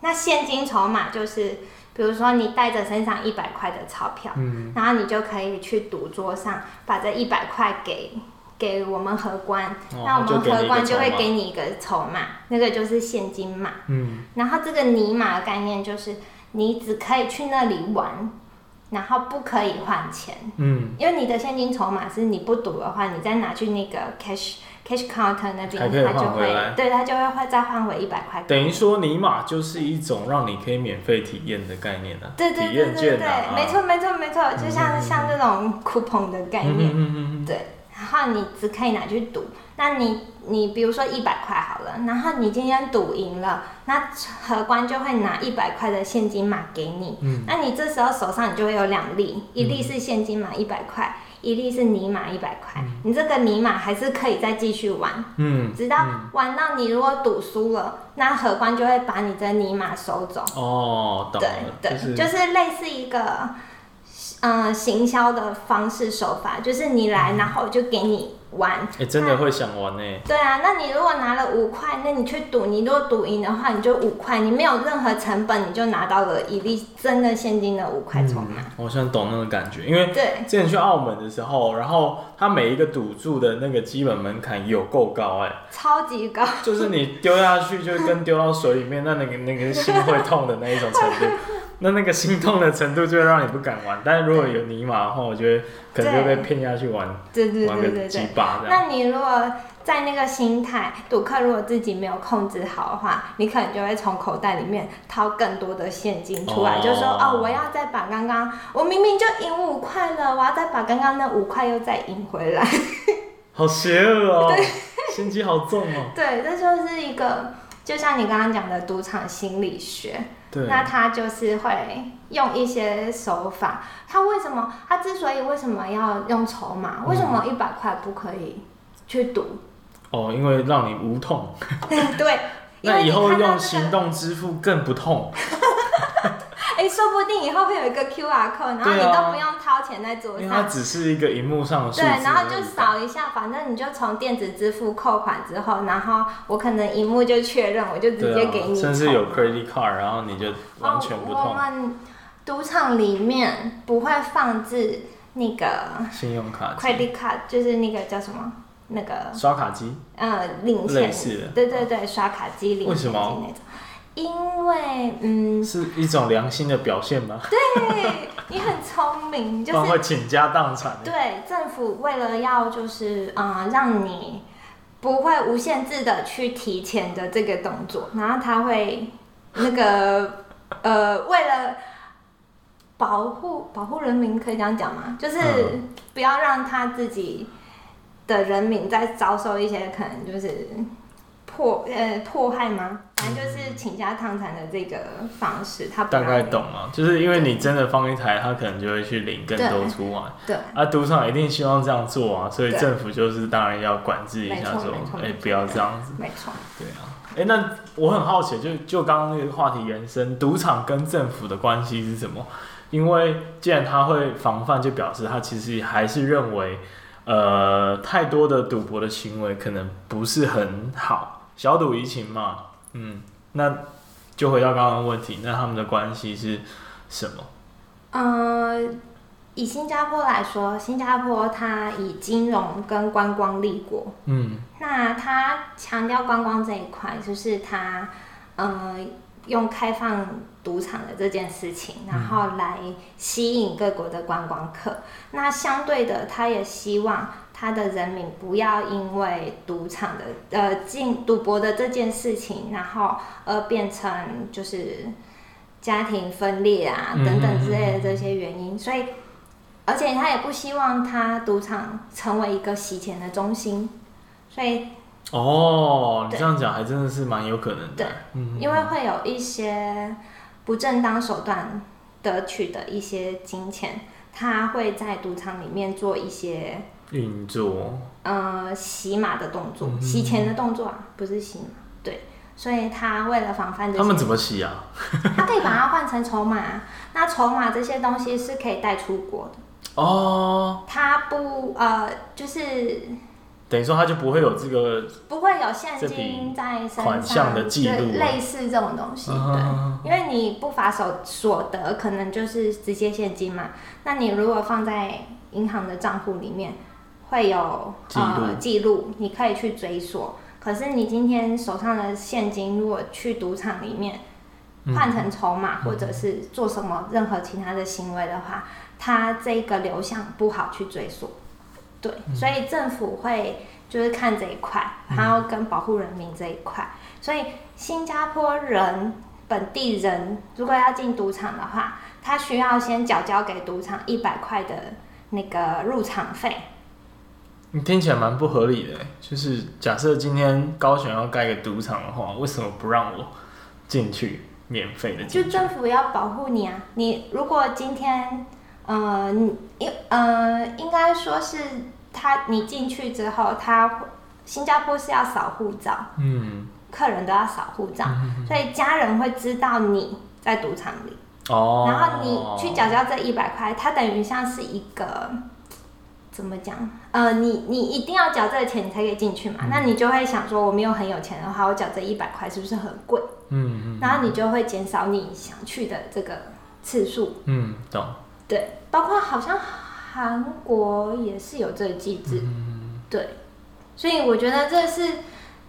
Speaker 2: 那现金筹码就是，比如说你带着身上一百块的钞票，
Speaker 3: 嗯
Speaker 2: 然后你就可以去赌桌上把这一百块给给我们荷官，
Speaker 3: 哦
Speaker 2: 那我
Speaker 3: 就
Speaker 2: 们
Speaker 3: 给你一个
Speaker 2: 荷官就会
Speaker 3: 筹码
Speaker 2: 给你一个筹码，那个就是现金码。
Speaker 3: 嗯，
Speaker 2: 然后这个泥码的概念就是，你只可以去那里玩，然后不可以换钱。
Speaker 3: 嗯，
Speaker 2: 因为你的现金筹码是你不赌的话，你再拿去那个 cash cash counter 那
Speaker 3: 还可以
Speaker 2: 边，它就
Speaker 3: 换回来
Speaker 2: 会对它就会会再换回一百块。
Speaker 3: 等于说尼玛就是一种让你可以免费体验的概念啊，
Speaker 2: 对对对
Speaker 3: 体验
Speaker 2: 对
Speaker 3: 券
Speaker 2: 对，
Speaker 3: 啊，嗯
Speaker 2: 没错没错没错，就像像这种 coupon 的概
Speaker 3: 嗯，嗯
Speaker 2: 念，
Speaker 3: 嗯嗯嗯，
Speaker 2: 对。然后你只可以拿去赌，那你你比如说一百块好了，然后你今天赌赢了，那荷官就会拿一百块的现金码给你，
Speaker 3: 嗯
Speaker 2: 那你这时候手上你就会有两粒，一粒是现金码一百块，一粒是泥码一百块，你这个泥码还是可以再继续玩，
Speaker 3: 嗯，
Speaker 2: 直到玩到你如果赌输了，那荷官就会把你的泥马收走。
Speaker 3: 哦，懂
Speaker 2: 对
Speaker 3: 了，
Speaker 2: 对，
Speaker 3: 是
Speaker 2: 就是类似一个嗯、呃行销的方式手法，就是你来，然后我就给你玩。
Speaker 3: 哎、真的会想玩呢、欸
Speaker 2: 对啊，那你如果拿了五块，那你去赌，你如果赌赢的话，你就五块，你没有任何成本，你就拿到了一粒真的现金的五块筹码。
Speaker 3: 我好像懂那种感觉，因为
Speaker 2: 对
Speaker 3: 之前去澳门的时候，然后它每一个赌注的那个基本门槛有够高哎、
Speaker 2: 超级高，
Speaker 3: 就是你丢下去就跟丢到水里面，那那个那个心会痛的那一种程度， 那那个心痛的程度就会让你不敢玩。但是如果有尼玛的话，我觉得可能就被骗下去玩
Speaker 2: 对对
Speaker 3: 玩
Speaker 2: 对
Speaker 3: 个
Speaker 2: 对
Speaker 3: 几
Speaker 2: 对。
Speaker 3: 把这样。
Speaker 2: 那你如果在那个心态，赌客如果自己没有控制好的话，你可能就会从口袋里面掏更多的现金出来，
Speaker 3: 哦
Speaker 2: 就说哦，我要再把刚刚我明明就赢五块了，我要再把刚刚那五块又再赢回来。
Speaker 3: 好邪恶哦、心机好重 哦、
Speaker 2: 对，这就是一个，就像你刚刚讲的赌场心理学，
Speaker 3: 对，
Speaker 2: 那他就是会用一些手法。他为什么？他之所以为什么要用筹码？为什么
Speaker 3: 嗯
Speaker 2: 一百块不可以去 赌？
Speaker 3: 哦，因为让你无痛，
Speaker 2: 对，因
Speaker 3: 那
Speaker 2: 为
Speaker 3: 以
Speaker 2: 你
Speaker 3: 后
Speaker 2: 看到
Speaker 3: 用
Speaker 2: 这
Speaker 3: 行
Speaker 2: 个，
Speaker 3: 动支付更不痛。
Speaker 2: 哎，说不定以后会有一个 QR code，然后你
Speaker 3: 对啊
Speaker 2: 都不用掏钱在桌
Speaker 3: 因为它
Speaker 2: 上。
Speaker 3: 只是一个荧幕上的数字
Speaker 2: 对，
Speaker 3: 而已，
Speaker 2: 然后就扫一下，反正你就从电子支付扣款之后，然后我可能荧幕就确认，我就直
Speaker 3: 对
Speaker 2: 接
Speaker 3: 啊
Speaker 2: 给你筹码。
Speaker 3: 甚至有 credit card，然后你就完全不
Speaker 2: 哦。我
Speaker 3: 痛，
Speaker 2: 们赌场里面不会放置那个
Speaker 3: 信用卡机
Speaker 2: credit card，就是那个叫什么？那个
Speaker 3: 刷卡机，
Speaker 2: 呃，零
Speaker 3: 类
Speaker 2: 钱
Speaker 3: 似的，
Speaker 2: 对对对，刷卡机零
Speaker 3: 为
Speaker 2: 钱机
Speaker 3: 什
Speaker 2: 那
Speaker 3: 么
Speaker 2: 种。因为嗯，
Speaker 3: 是一种良心的表现吗？
Speaker 2: 对你很聪明，
Speaker 3: 不
Speaker 2: 就
Speaker 3: 然
Speaker 2: 是
Speaker 3: 会倾家荡产。
Speaker 2: 对政府为了要就是啊、呃让你不会无限制的去提钱的这个动作，然后他会那个呃，为了保护保护人民，可以这样讲吗？就是
Speaker 3: 嗯
Speaker 2: 不要让他自己的人民再遭受一些可能就是迫呃迫害吗？反正就是倾家荡产的这个方式，他不
Speaker 3: 大概
Speaker 2: 让你
Speaker 3: 懂了，就是因为你真的放一台，他可能就会去领更多出来。
Speaker 2: 对。
Speaker 3: 啊，赌场一定希望这样做啊，所以
Speaker 2: 对
Speaker 3: 政府就是当然要管制一下，
Speaker 2: 没错
Speaker 3: 说
Speaker 2: 没，错
Speaker 3: 哎、
Speaker 2: 没错
Speaker 3: 不要这样子。
Speaker 2: 没错，
Speaker 3: 对啊，哎、那我很好奇，就就刚刚那个话题延伸，赌场跟政府的关系是什么？因为既然他会防范，就表示他其实还是认为，呃，太多的赌博的行为可能不是很好，小赌怡情嘛。嗯，那就回到刚刚的问题，那他们的关系是什么？
Speaker 2: 呃，以新加坡来说，新加坡它以金融跟观光立国，
Speaker 3: 嗯，
Speaker 2: 那他强调观光这一块，就是他呃用开放赌场的这件事情，然
Speaker 3: 嗯
Speaker 2: 后来吸引各国的观光客。那相对的，他也希望他的人民不要因为赌场的呃进赌博的这件事情，然后呃变成就是家庭分裂啊
Speaker 3: 嗯
Speaker 2: 等等之类的这些原因，所以。而且他也不希望他赌场成为一个洗钱的中心，所以
Speaker 3: 哦，你
Speaker 2: 对
Speaker 3: 这样讲还真的是蛮有可能的
Speaker 2: 对。
Speaker 3: 嗯，
Speaker 2: 因为会有一些不正当手段得取的一些金钱，他会在赌场里面做一些
Speaker 3: 运作，
Speaker 2: 呃洗码的动作
Speaker 3: 嗯，
Speaker 2: 洗钱的动作啊，不是洗码，对。所以他为了防范这
Speaker 3: 他们怎
Speaker 2: 些，
Speaker 3: 么洗啊？
Speaker 2: 他可以把它换成筹码啊。那筹码这些东西是可以带出国的，
Speaker 3: 哦，
Speaker 2: 他不呃就是
Speaker 3: 等于说他就不会有这个
Speaker 2: 不会有现
Speaker 3: 这笔
Speaker 2: 金在身上，
Speaker 3: 款项的记录
Speaker 2: 对类似这种东西，
Speaker 3: 啊
Speaker 2: 对，因为你不法所所得可能就是直接现金嘛，那你如果放在银行的账户里面，会有
Speaker 3: 记录
Speaker 2: 呃记录，你可以去追溯。可是你今天手上的现金，如果去赌场里面
Speaker 3: 嗯
Speaker 2: 换成筹码，或者是做什么任何其他的行为的话，它这个流向不好去追溯。对，
Speaker 3: 嗯
Speaker 2: 所以政府会就是看这一块，然后跟保护人民这一块。所以新加坡人本地人如果要进赌场的话，他需要先缴交给赌场一百块的那个入场费。
Speaker 3: 你听起来蛮不合理的欸，就是假设今天高雄要盖个赌场的话，为什么不让我进去免费的
Speaker 2: 就
Speaker 3: 进去？
Speaker 2: 政府要保护你啊！你如果今天，呃，你应呃，应该说是他你进去之后，他新加坡是要扫护照，
Speaker 3: 嗯，
Speaker 2: 客人都要扫护照，所以家人会知道你在赌场里，
Speaker 3: 哦，
Speaker 2: 然后你去，缴交这一百块，它等于像是一个怎么讲？呃，你你一定要缴这个钱你才可以进去嘛，
Speaker 3: 嗯
Speaker 2: 那你就会想说，我没有很有钱的话，我缴这一百块是不是很贵？
Speaker 3: 嗯
Speaker 2: 然后你就会减少你想去的这个次数。
Speaker 3: 嗯，懂。
Speaker 2: 对，包括好像韩国也是有这个机制。
Speaker 3: 嗯
Speaker 2: 对，所以我觉得这是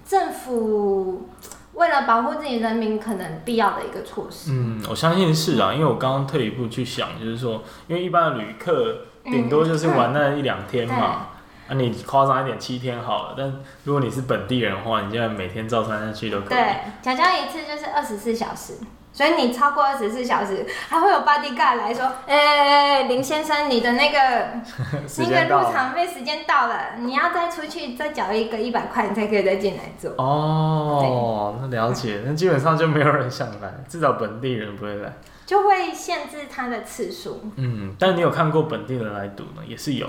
Speaker 2: 政府为了保护自己人民可能必要的一个措施。
Speaker 3: 嗯，我相信是啊，因为我刚刚退一步去想，就是说，因为一般的旅客顶多就是玩那一两天嘛，啊，你夸张一点七天好了，但如果你是本地人的话，你现在每天照穿下去都可以。
Speaker 2: 对，讲讲一次就是二十四小时，所以你超过二十四小时，还会有 bodyguard 来说，哎、哎哎林先生，你的那个
Speaker 3: 时
Speaker 2: 你的
Speaker 3: 间到
Speaker 2: 入
Speaker 3: 了
Speaker 2: 场费时间到了，你要再出去再缴一个一百块，你才可以再进来做。
Speaker 3: 哦，那了解，那基本上就没有人想来，至少本地人不会来。
Speaker 2: 就会限制它的次数，
Speaker 3: 嗯，但你有看过本地人来赌呢？也是有，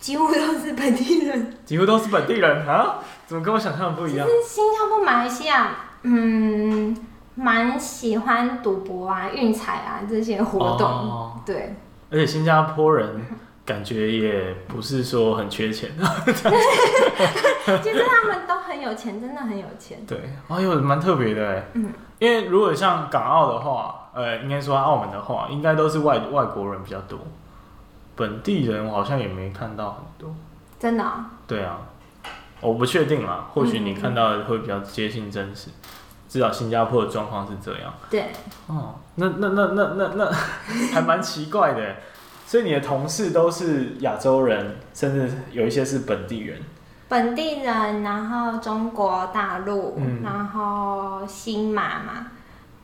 Speaker 2: 几乎都是本地人。
Speaker 3: 几乎都是本地人啊，怎么跟我想象的不一样？
Speaker 2: 但是新加坡、马来西亚，嗯，蛮喜欢赌博啊、运彩啊这些活动。
Speaker 3: 哦
Speaker 2: 对，
Speaker 3: 而且新加坡人感觉也不是说很缺钱，
Speaker 2: 其实他们都很有钱，真的很有钱。
Speaker 3: 对，哎呦，蛮特别的哎。
Speaker 2: 嗯，
Speaker 3: 因为如果像港澳的话，呃，应该说澳门的话，应该都是外外国人比较多，本地人我好像也没看到很多。
Speaker 2: 真的哦、
Speaker 3: 对啊，我不确定啦，或许你看到的会比较接近真实，至少新加坡的状况是这样。
Speaker 2: 对，
Speaker 3: 哦，那那那那那那 还蛮奇怪的，欸所以你的同事都是亚洲人，甚至有一些是本地人。
Speaker 2: 本地人，然后中国大陆，
Speaker 3: 嗯
Speaker 2: 然后新马嘛，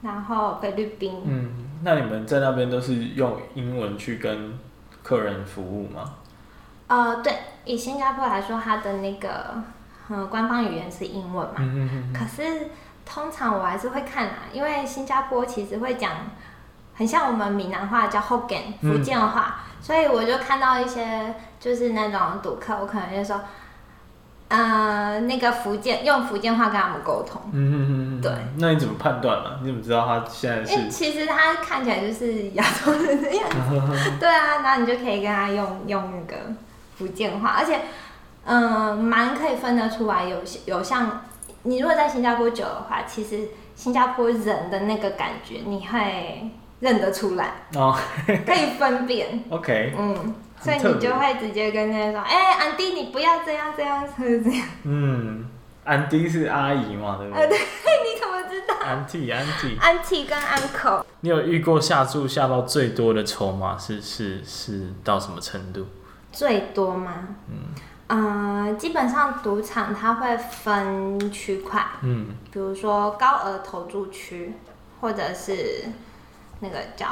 Speaker 2: 然后菲律宾，
Speaker 3: 嗯，那你们在那边都是用英文去跟客人服务吗？
Speaker 2: 呃，对，以新加坡来说，它的那个呃官方语言是英文嘛，
Speaker 3: 嗯嗯
Speaker 2: 可是通常我还是会看啦，因为新加坡其实会讲很像我们闽南话叫 Hokkien
Speaker 3: 嗯
Speaker 2: 福建话，所以我就看到一些就是那种赌客，我可能就说，呃，那个福建用福建话跟他们沟通。
Speaker 3: 嗯嗯嗯，
Speaker 2: 对。
Speaker 3: 那你怎么判断啊呢、你怎么知道他现在
Speaker 2: 因为
Speaker 3: 是？
Speaker 2: 哎其实他看起来就是亚洲人的样 子，对啊，然后你就可以跟他用用那个福建话，而且，嗯、蛮可以分得出来，有些有像你如果在新加坡久的话，其实新加坡人的那个感觉你会认得出来，
Speaker 3: 哦
Speaker 2: 可以分辨，
Speaker 3: ，OK，
Speaker 2: 嗯，所以
Speaker 3: 很特别
Speaker 2: 你就会直接跟那种，哎、安迪你不要这样这样， 是这样，
Speaker 3: 嗯，安迪是阿姨嘛，对不
Speaker 2: 呃，对，
Speaker 3: 对？
Speaker 2: 你怎么知道？
Speaker 3: 安迪安迪，
Speaker 2: 安琪跟安口，
Speaker 3: 你有遇过下注下到最多的筹码是是是到什么程度？
Speaker 2: 最多吗？嗯，呃，基本上赌场它会分区块，
Speaker 3: 嗯
Speaker 2: 比如说高额投注区，或者是那个叫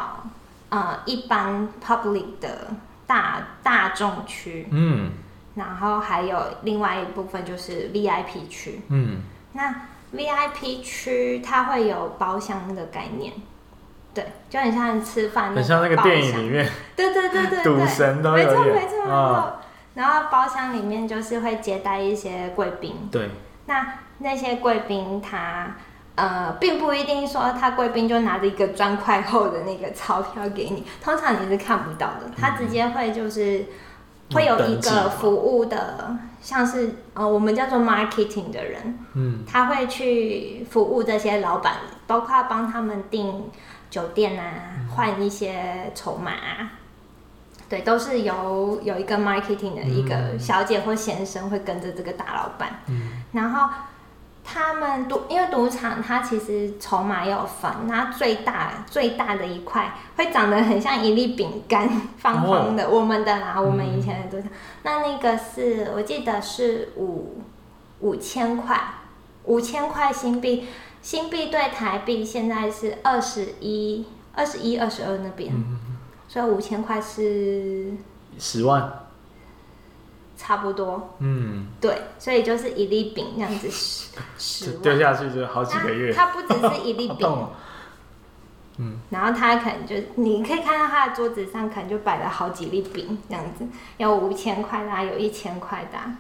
Speaker 2: 呃一般 public 的大大众区，
Speaker 3: 嗯
Speaker 2: 然后还有另外一部分就是 VIP 区。
Speaker 3: 嗯，
Speaker 2: 那 VIP 区它会有包厢的概念，对，就很像吃饭，
Speaker 3: 很像那个电影里面
Speaker 2: 对对对对对，
Speaker 3: 赌神都有
Speaker 2: 没错
Speaker 3: 演
Speaker 2: 没错没错
Speaker 3: 啊。
Speaker 2: 然后包厢里面就是会接待一些贵宾，
Speaker 3: 对，
Speaker 2: 那那些贵宾他呃，并不一定说他贵宾就拿着一个砖块厚的那个钞票给你，通常你是看不到的，他直接会就是。会有一
Speaker 3: 嗯登记嘛
Speaker 2: 个服务的，像是呃，我们叫做 marketing 的人，
Speaker 3: 嗯
Speaker 2: 他会去服务这些老板，包括帮他们订酒店啊，
Speaker 3: 嗯
Speaker 2: 换一些筹码啊，对，都是由有一个 marketing 的一个小姐或先生会跟着这个大老板，
Speaker 3: 嗯
Speaker 2: 然后他们赌，因为赌场它其实筹码也有分，那最大最大的一块会长得很像一粒饼干， 方方
Speaker 3: 哦
Speaker 2: 的，我们的啦，
Speaker 3: 嗯
Speaker 2: 我们以前的赌场，那那个是我记得是五五千块，五千块新币，新币对台币现在是二十一、二十一、二十二那边，
Speaker 3: 嗯，
Speaker 2: 所以五千块是
Speaker 3: 十万，
Speaker 2: 差不多，
Speaker 3: 嗯，
Speaker 2: 对，所以就是一粒饼这样子十十
Speaker 3: 就
Speaker 2: 万
Speaker 3: 掉下去就好几个
Speaker 2: 那
Speaker 3: 月，嗯
Speaker 2: 它不只是一粒
Speaker 3: 好
Speaker 2: 饼，
Speaker 3: 痛哦。
Speaker 2: 然后它可能就你可以看到它的桌子上可能就摆了好几粒饼这样子，有五千块的啊、有一千块的啊、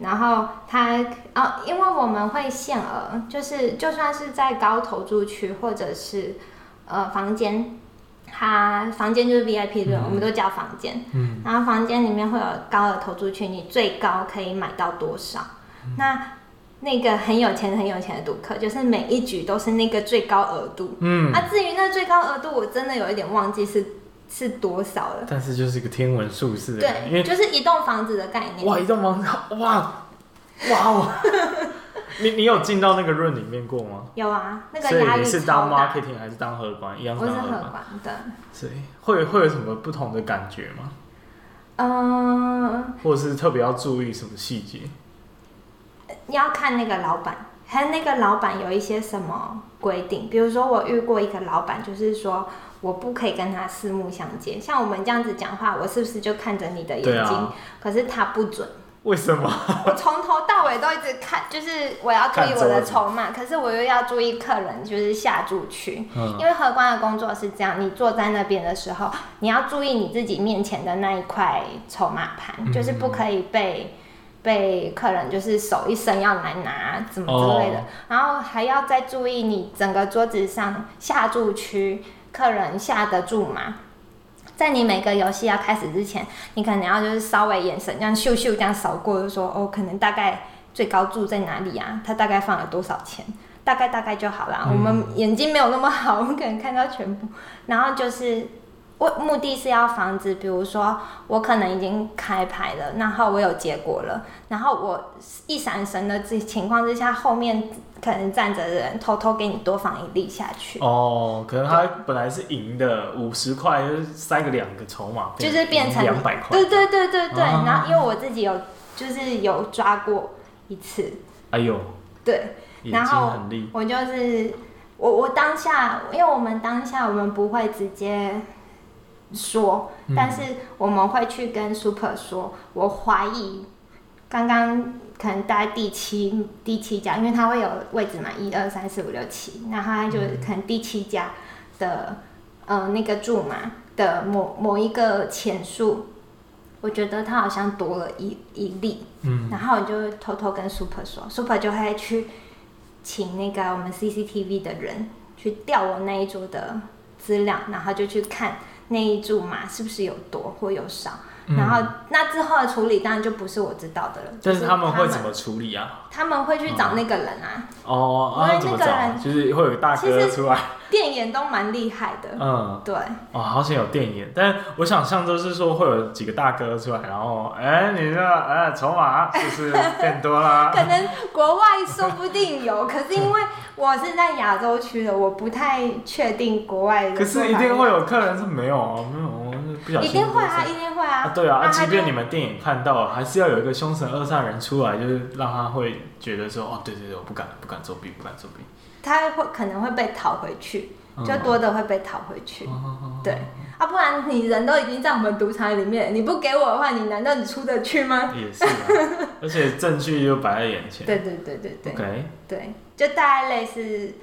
Speaker 2: 然后它哦，因为我们会限额，就是就算是在高投注区或者是呃房间，它房间就是 VIP 对吧、我们都叫房间。
Speaker 3: 嗯，
Speaker 2: 然后房间里面会有高额投注权，你最高可以买到多少？
Speaker 3: 嗯
Speaker 2: 那那个很有钱很有钱的赌客，就是每一局都是那个最高额度。
Speaker 3: 嗯，
Speaker 2: 啊，至于那最高额度，我真的有一点忘记是是多少了。
Speaker 3: 但是就是一个天文数字，因
Speaker 2: 对，
Speaker 3: 为
Speaker 2: 就是一栋房子的概念。
Speaker 3: 哇，一栋房子，哇，哇哦， 你你有进到那个润里面过吗？
Speaker 2: 有啊，那
Speaker 3: 所
Speaker 2: 个
Speaker 3: 以
Speaker 2: 压
Speaker 3: 你
Speaker 2: 力
Speaker 3: 是
Speaker 2: 超
Speaker 3: 当
Speaker 2: 大。
Speaker 3: marketing 还是当荷官？一样
Speaker 2: 我
Speaker 3: 是
Speaker 2: 是
Speaker 3: 当荷
Speaker 2: 荷
Speaker 3: 官，
Speaker 2: 官的，
Speaker 3: 所以会会有什么不同的感觉吗？
Speaker 2: 嗯，
Speaker 3: 或者是特别要注意什么细节？
Speaker 2: 要看那个老板，还有那个老板有一些什么规定。比如说，我遇过一个老板，就是说我不可以跟他四目相接，像我们这样子讲话，我是不是就看着你的
Speaker 3: 对
Speaker 2: 眼睛？
Speaker 3: 啊
Speaker 2: 可是他不准，
Speaker 3: 为 什么？
Speaker 2: 我从头到尾都一直看，就是我要注意
Speaker 3: 看
Speaker 2: 我的
Speaker 3: 桌子
Speaker 2: 筹码，可是我又要注意客人，就是下注区。
Speaker 3: 嗯
Speaker 2: 因为荷官的工作是这样，你坐在那边的时候，你要注意你自己面前的那一块筹码盘，
Speaker 3: 嗯
Speaker 2: 就是不可以被被客人就是手一伸要来拿怎么之类的，
Speaker 3: 哦
Speaker 2: 然后还要再注意你整个桌子上下注区客人下的注码。在你每个游戏要开始之前，你可能要就是稍微眼神这样咻咻这样扫过，就说哦，可能大概最高注在哪里啊？他大概放了多少钱？大概大概就好啦。我们眼睛没有那么好，我们可能看到全部。然后就是我目的是要防止，比如说我可能已经开牌了，然后我有结果了，然后我一闪神的这情况之下，后面可能站着的人偷偷给你多放一粒下 去。
Speaker 3: 哦，可能他本来是赢的五十块，就是塞个两个筹码，
Speaker 2: 就是变成
Speaker 3: 两百块。
Speaker 2: 对对对对对，
Speaker 3: 啊
Speaker 2: 然后因为我自己有就是有抓过一次，
Speaker 3: 哎呦，
Speaker 2: 对，
Speaker 3: 眼
Speaker 2: 然
Speaker 3: 睛
Speaker 2: 后
Speaker 3: 很利。
Speaker 2: 我就是我我当下，因为我们当下我们不会直接说，但是我们会去跟 Super 说，我怀疑刚刚可能大概第七第七家，因为它会有位置嘛，一二三四五六七，然后它就可能第七家的、呃那个注码的某某一个钱数。我觉得它好像多了一一粒，
Speaker 3: 嗯，
Speaker 2: 然后我就偷偷跟 Super 说，Super 就会去请那个我们 CCTV 的人去调我那一桌的资料，然后就去看那一注码是不是有多或有少。
Speaker 3: 嗯
Speaker 2: 然后那之后的处理当然就不是我知道的了，
Speaker 3: 但
Speaker 2: 就是是
Speaker 3: 他们会怎么处理啊？
Speaker 2: 他们会去找那个人啊，
Speaker 3: 哦，啊
Speaker 2: 因为
Speaker 3: 他怎么
Speaker 2: 那
Speaker 3: 找
Speaker 2: 个
Speaker 3: 啊？
Speaker 2: 人
Speaker 3: 就是会有个大
Speaker 2: 其
Speaker 3: 哥
Speaker 2: 实
Speaker 3: 出来，
Speaker 2: 电眼都蛮厉害的，
Speaker 3: 嗯，
Speaker 2: 对，
Speaker 3: 哦，好想有电影，但我想象就是说会有几个大哥出来，然后哎、你这哎筹码是不是变多 啦？
Speaker 2: 可能国外说不定有，可是因为我是在亚洲区的，我不太确定国外的
Speaker 3: 可
Speaker 2: 做法怎
Speaker 3: 是一
Speaker 2: 么样，
Speaker 3: 定会有客人是没有啊，没有，我是不小
Speaker 2: 一
Speaker 3: 心。
Speaker 2: 定会啊，一定会
Speaker 3: 啊
Speaker 2: 啊，
Speaker 3: 对啊，啊
Speaker 2: 那他
Speaker 3: 即便
Speaker 2: 就
Speaker 3: 你们电影看到，还是要有一个凶神恶煞人出来，就是让他会觉得说，哦，对对对，我不敢，不敢作弊，不敢作 弊。
Speaker 2: 他会可能会被讨回去，
Speaker 3: 嗯
Speaker 2: 就多的会被讨回去。
Speaker 3: 哦
Speaker 2: 对啊，不然你人都已经在我们赌场里面，你不给我的话，你难道你出得去吗？
Speaker 3: 也是啊，而且证据又摆在眼前。
Speaker 2: 对对对对对
Speaker 3: OK，
Speaker 2: 对，就大概类似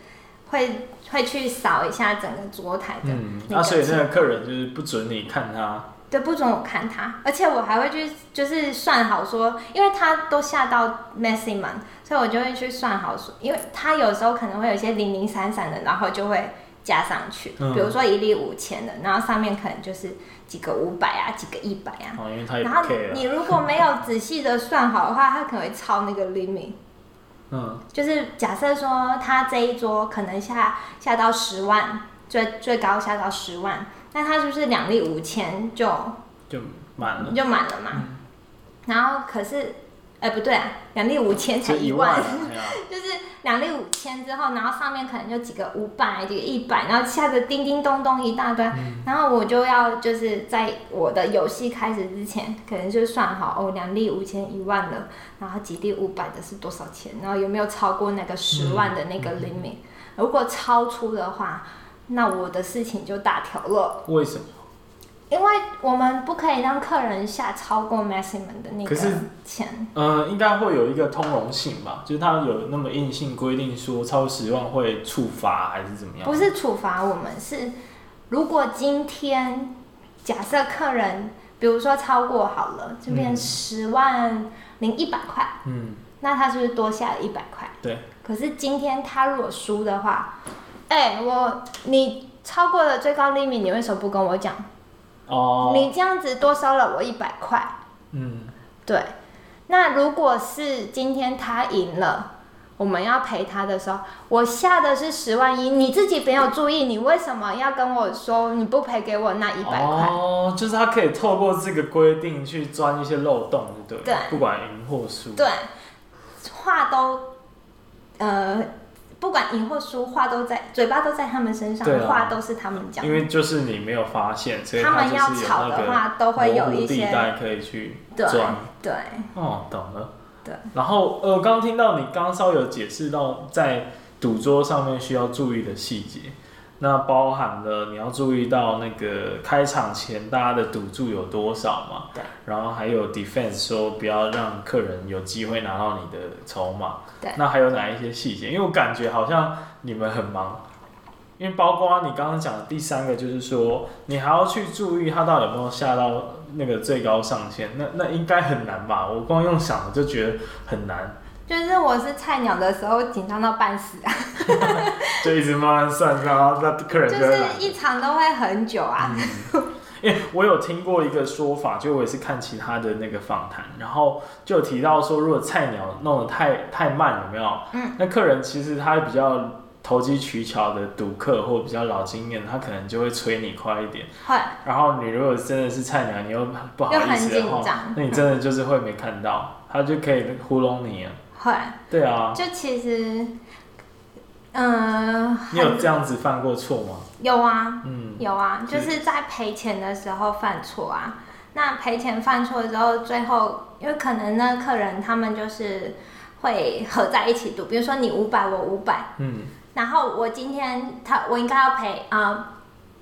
Speaker 2: 会会去扫一下整个桌台的
Speaker 3: 嗯，
Speaker 2: 那
Speaker 3: 那、所以
Speaker 2: 个
Speaker 3: 那
Speaker 2: 情，
Speaker 3: 个客人就是不准你看他，
Speaker 2: 对，不准我看他，而且我还会去就是算好说，因为他都下到 messy man，所以我就会去算好说，因为他有时候可能会有一些零零散散的，然后就会加上去，
Speaker 3: 嗯
Speaker 2: 比如说一粒五千的，然后上面可能就是几个五百啊，几个一百啊，
Speaker 3: 哦，因为他也不
Speaker 2: 然后
Speaker 3: care
Speaker 2: 你如果没有仔细的算好的话，他可能会超那个 limit。
Speaker 3: 嗯，
Speaker 2: 就是假设说他这一桌可能下下到十万，最最高下到十万，那他是不是两粒五千就
Speaker 3: 就满了。
Speaker 2: 就满了嘛？然后可是，哎、不对啊，两粒五千才
Speaker 3: 就一
Speaker 2: 一
Speaker 3: 万
Speaker 2: 万
Speaker 3: 啊，，哎呀
Speaker 2: 就是两粒五千之后，然后上面可能就几个五百、几个一百，然后下着叮叮咚咚一大堆，
Speaker 3: 嗯
Speaker 2: 然后我就要就是在我的游戏开始之前，可能就算好哦，两粒五千一万了，然后几粒五百的是多少钱，然后有没有超过那个十万的那个 limit？、如
Speaker 3: 嗯
Speaker 2: 果超出的话，那我的事情就大条了，
Speaker 3: 为什么？
Speaker 2: 因为我们不可以让客人下超过 maximum 的那
Speaker 3: 可
Speaker 2: 个
Speaker 3: 是
Speaker 2: 钱。
Speaker 3: 呃，应该会有一个通融性吧，就是它有那么硬性规定说超十万会处罚还是怎么样？
Speaker 2: 不是处罚我们，是如果今天假设客人，比如说超过好了，就变
Speaker 3: 嗯
Speaker 2: 十万零一百块，
Speaker 3: 嗯，
Speaker 2: 那他是不是多下了一百块？
Speaker 3: 对，
Speaker 2: 可是今天他如果输的话，哎、我你超过了最高 limit，你为什么不跟我讲？
Speaker 3: 哦，
Speaker 2: 你这样子多收了我一百块，
Speaker 3: 嗯，
Speaker 2: 对。那如果是今天他赢了，我们要赔他的时候，我下的是十万一，你自己没有注意，你为什么要跟我说你不赔给我那一百块？
Speaker 3: 哦，就是他可以透过这个规定去钻一些漏洞，对不对？
Speaker 2: 对
Speaker 3: 不管赢或输。
Speaker 2: 对，话都，呃，不管赢或输，话都在嘴巴都在他们身上，
Speaker 3: 对啊
Speaker 2: 话都是他们讲的。
Speaker 3: 因为就是你没有发现，所以
Speaker 2: 他们
Speaker 3: 就
Speaker 2: 要
Speaker 3: 是有
Speaker 2: 吵
Speaker 3: 那
Speaker 2: 的
Speaker 3: 个
Speaker 2: 话都会有
Speaker 3: 模糊
Speaker 2: 一
Speaker 3: 地
Speaker 2: 些
Speaker 3: 带可以去
Speaker 2: 对
Speaker 3: 钻。
Speaker 2: 对
Speaker 3: 哦，懂了。
Speaker 2: 对。
Speaker 3: 然后呃，我刚刚听到你刚刚稍微有解释到在赌桌上面需要注意的细节，那包含了你要注意到那个开场前大家的赌注有多少嘛？
Speaker 2: 对。
Speaker 3: 然后还有 defense 说不要让客人有机会拿到你的筹码。
Speaker 2: 对
Speaker 3: 那还有哪一些细节？因为我感觉好像你们很忙。因为包括你刚刚讲的第三个，就是说你还要去注意他到底有没有下到那个最高上限，那那应该很难吧？我光用想的就觉得很难，
Speaker 2: 就是我是菜鸟的时候紧张到半死啊，
Speaker 3: 就一直慢慢算，然后那客人
Speaker 2: 就
Speaker 3: 就会
Speaker 2: 是
Speaker 3: 来。
Speaker 2: 一场都会很久啊。
Speaker 3: 嗯因为我有听过一个说法，就我也是看其他的那个访谈，然后就有提到说，如果菜鸟弄得太太慢，有没有？
Speaker 2: 嗯，
Speaker 3: 那客人其实他比较投机取巧的赌客，或比较老经验，他可能就会催你快一点。
Speaker 2: 会，
Speaker 3: 然后你如果真的是菜鸟，你又不好
Speaker 2: 又
Speaker 3: 意
Speaker 2: 很
Speaker 3: 思的
Speaker 2: 紧
Speaker 3: 话
Speaker 2: 张，
Speaker 3: 那你真的就是会没看到，他就可以糊弄你啊。
Speaker 2: 会，
Speaker 3: 对啊，
Speaker 2: 就其实，嗯、
Speaker 3: 你有这样子犯过错吗？
Speaker 2: 有啊，
Speaker 3: 嗯，
Speaker 2: 有啊，
Speaker 3: 是
Speaker 2: 就是在赔钱的时候犯错啊。那赔钱犯错之后，最后因为可能那客人他们就是会合在一起赌，比如说你五百，我五百，
Speaker 3: 嗯，
Speaker 2: 然后我今天他我应该要赔啊、呃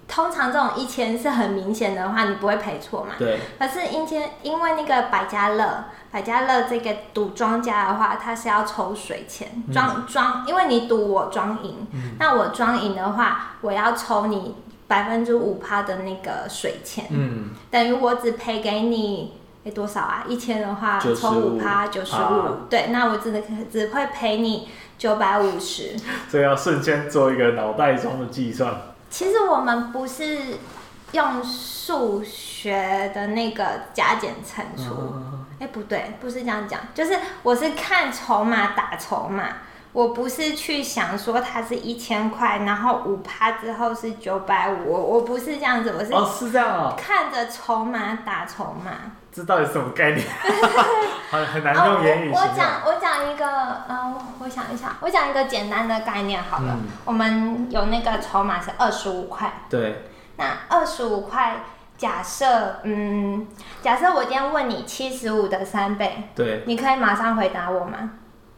Speaker 2: 通常这种一千是很明显的话，你不会赔错嘛。
Speaker 3: 对，
Speaker 2: 可是因天因为那个百家乐，百家乐这个赌庄家的话，它是要抽水钱，
Speaker 3: 嗯
Speaker 2: 庄庄，因为你赌我庄赢，那我庄赢的话，我要抽你百分之五趴的那个水钱，
Speaker 3: 嗯，
Speaker 2: 等于我只赔给你。诶多少啊？一千的话，
Speaker 3: 95
Speaker 2: 抽五趴，九十
Speaker 3: 啊
Speaker 2: 五，对，那我只能只会赔你九百五十。
Speaker 3: 所以要瞬间做一个脑袋中的计 算。
Speaker 2: 其实我们不是用数学的那个加减乘除，
Speaker 3: 嗯
Speaker 2: 哎、不对，不是这样讲，就是我是看筹码打筹码，我不是去想说它是一千块，然后五趴之后是九百五，我我不是这样子，我是
Speaker 3: 哦，是这样哦，
Speaker 2: 看着筹码打筹码。
Speaker 3: 这到底是什么 概念？很很难
Speaker 2: 哦，
Speaker 3: 用言语
Speaker 2: 我
Speaker 3: 形
Speaker 2: 我
Speaker 3: 容。
Speaker 2: 讲我讲一个，呃，我想一下，我讲一个简单的概念好了，
Speaker 3: 嗯
Speaker 2: 我们有那个筹码是二十五块。
Speaker 3: 对，
Speaker 2: 那二十五块，假设嗯，假设我今天问你七十五的三倍，
Speaker 3: 对，
Speaker 2: 你可以马上回答我吗？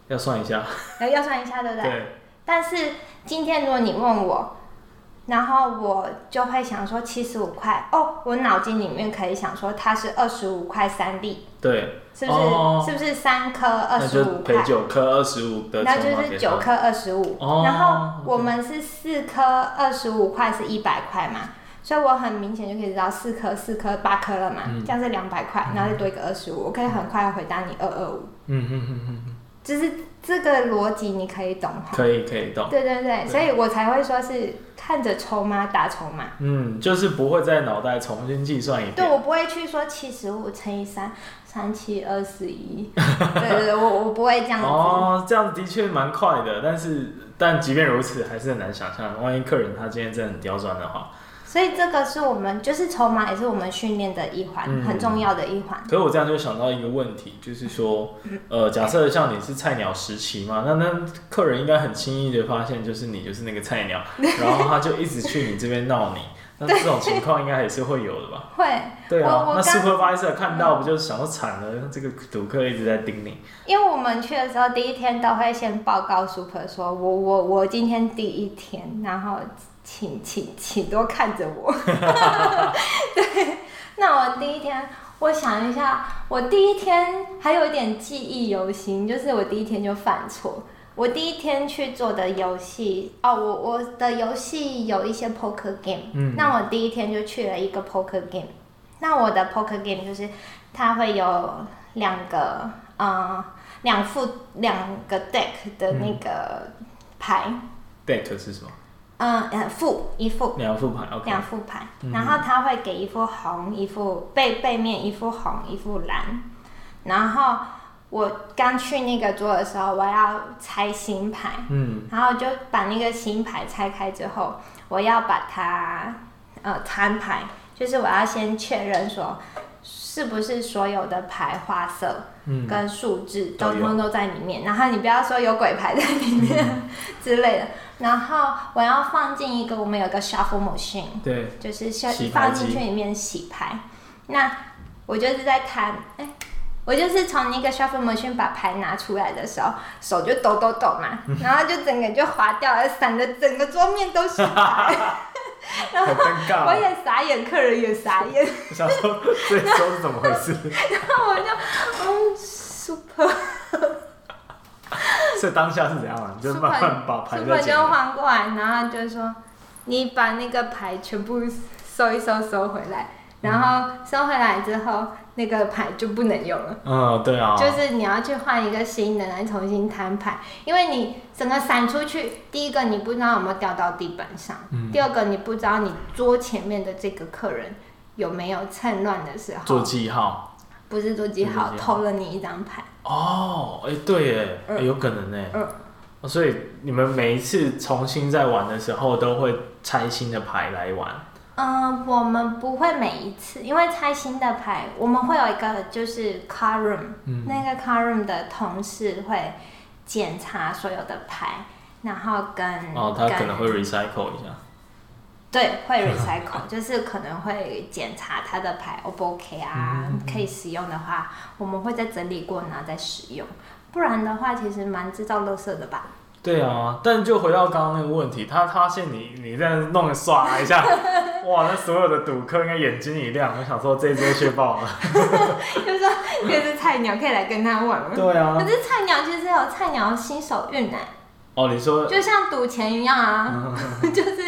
Speaker 3: 要算一下。
Speaker 2: 要要算一下，对不对？
Speaker 3: 对，
Speaker 2: 但是今天如果你问我，然后我就会想说七十五块哦，我脑筋里面可以想说它是二十五块三粒，
Speaker 3: 对，
Speaker 2: 是不是？
Speaker 3: 哦
Speaker 2: 是不是三颗二
Speaker 3: 那
Speaker 2: 十
Speaker 3: 就
Speaker 2: 五
Speaker 3: 赔
Speaker 2: 块？
Speaker 3: 九颗二十五的筹码
Speaker 2: 那
Speaker 3: 给他，
Speaker 2: 就是九颗二十五
Speaker 3: 哦，
Speaker 2: 然后我们是四颗二十五块是一百块嘛，所以我很明显就可以知道四颗、四颗、八颗了嘛，
Speaker 3: 嗯
Speaker 2: 这样是两百块，然后再多一个二十五，我可以很快回答你二二五，
Speaker 3: 嗯嗯嗯嗯，
Speaker 2: 就是这个逻辑你可以懂哈？
Speaker 3: 可以可以懂。
Speaker 2: 对对对，所以我才会说是看着筹码打筹码，
Speaker 3: 嗯，就是不会在脑袋重新计算一
Speaker 2: 对
Speaker 3: 遍。
Speaker 2: 我不会去说七十五乘以三，三七二十一，对对对，我我不会这样子。
Speaker 3: 哦，这样的确蛮快的，但是但即便如此，还是很难想象，万一客人他今天真的很刁钻的话。
Speaker 2: 所以这个是我们就是筹码，也是我们训练的一环，
Speaker 3: 嗯
Speaker 2: 很重要的一环。
Speaker 3: 可是我这样就想到一个问题，就 是说，呃，假设像你是菜鸟时期嘛，那那客人应该很轻易的发现，就是你就是那个菜 鸟，然后他就一直去你这边闹你，那这种情况应该也是会有的 吧？
Speaker 2: 会，
Speaker 3: 对啊
Speaker 2: 我，我
Speaker 3: 那
Speaker 2: 刚嗯
Speaker 3: supervisor 看到不就想说惨了，这个赌客一直在盯你，
Speaker 2: 因为我们去的时候，第一天都会先报告 Super 说，我我我今天第一天，然后请请请多看着我。 对，那我第一天，我想一下，我第一天还有一点记忆犹新，就是我第一天就犯错。我第一天去做的游戏哦，我我的游戏有一些 poker game，、
Speaker 3: 嗯
Speaker 2: 那我第一天就去了一个 poker game。那我的 poker game 就是它会有两个呃两副两个 deck 的那个牌，
Speaker 3: deck 是什么？
Speaker 2: 嗯呃副一副
Speaker 3: 两副牌，OK，
Speaker 2: 两副牌，然后他会给一副红，一副背背面一副红，一副蓝。然后我刚去那个桌的时候，我要拆新牌，
Speaker 3: 嗯，
Speaker 2: 然后就把那个新牌拆开之后，我要把它呃摊牌，就是我要先确认说是不是所有的牌花色
Speaker 3: 嗯
Speaker 2: 跟数字
Speaker 3: 都
Speaker 2: 都
Speaker 3: 有
Speaker 2: 通通都在里面，然后你不要说有鬼牌在里面
Speaker 3: 嗯
Speaker 2: 之类的。然后我要放进一个，我们有个 shuffle machine，
Speaker 3: 对，
Speaker 2: 就是先
Speaker 3: 洗牌
Speaker 2: 放
Speaker 3: 机
Speaker 2: 进去里面洗牌。那我就是在看，哎、我就是从那个 shuffle machine 把牌拿出来的时候，手就抖抖抖 嘛，然后就整个就滑掉了，散的整个桌面都是 牌。然
Speaker 3: 好
Speaker 2: 后
Speaker 3: 尴尬
Speaker 2: 我
Speaker 3: 哦。
Speaker 2: 也傻眼，客人也傻 眼，
Speaker 3: 我想说这周是怎么回事？
Speaker 2: 然后我就嗯，super
Speaker 3: 所以当下是怎样啊？你就慢慢把牌
Speaker 2: super
Speaker 3: 再捡
Speaker 2: 就
Speaker 3: 回来。
Speaker 2: 换过来，然后就说你把那个牌全部收一收，收回来，然后收回来之后，那个牌就不能用了。
Speaker 3: 嗯，对啊，
Speaker 2: 就是你要去换一个新的来重新摊牌，因为你整个散出去，第一个你不知道有没有掉到地板上，
Speaker 3: 嗯
Speaker 2: 第二个你不知道你桌前面的这个客人有没有趁乱的时
Speaker 3: 做
Speaker 2: 候，
Speaker 3: 记号。
Speaker 2: 不是做记
Speaker 3: 做
Speaker 2: 号
Speaker 3: 记号
Speaker 2: 偷了你一张牌，
Speaker 3: 哦，哎，对耶，哎
Speaker 2: 嗯
Speaker 3: 有可能哎。
Speaker 2: 嗯
Speaker 3: 哦所以你们每一次重新在玩的时候，都会拆新的牌来玩。
Speaker 2: 嗯、我们不会每一次，因为拆新的牌，我们会有一个就是 car room，、那
Speaker 3: 嗯
Speaker 2: 个 car room 的同事会检查所有的牌，然后跟
Speaker 3: 哦，他可
Speaker 2: 跟
Speaker 3: 能会 recycle 一下。
Speaker 2: 对，会 recycle，就是 可能会检查它的牌 O 不 OK 啊，
Speaker 3: 嗯
Speaker 2: 可以使用的话，我们会再整理过，然后再使用。不然的话，其实蛮制造垃圾的吧？
Speaker 3: 对啊，但就回到刚刚那个问题，他发现你你这样弄个刷一 下，哇，那所有的赌客应该眼睛一亮，我想说这一桌血爆了。
Speaker 2: 就是说，这只菜鸟可以来跟他玩吗？
Speaker 3: 对啊
Speaker 2: 可，是菜鸟其实有菜鸟新手运呢、欸
Speaker 3: 哦，你说
Speaker 2: 就像赌钱一样啊， 就是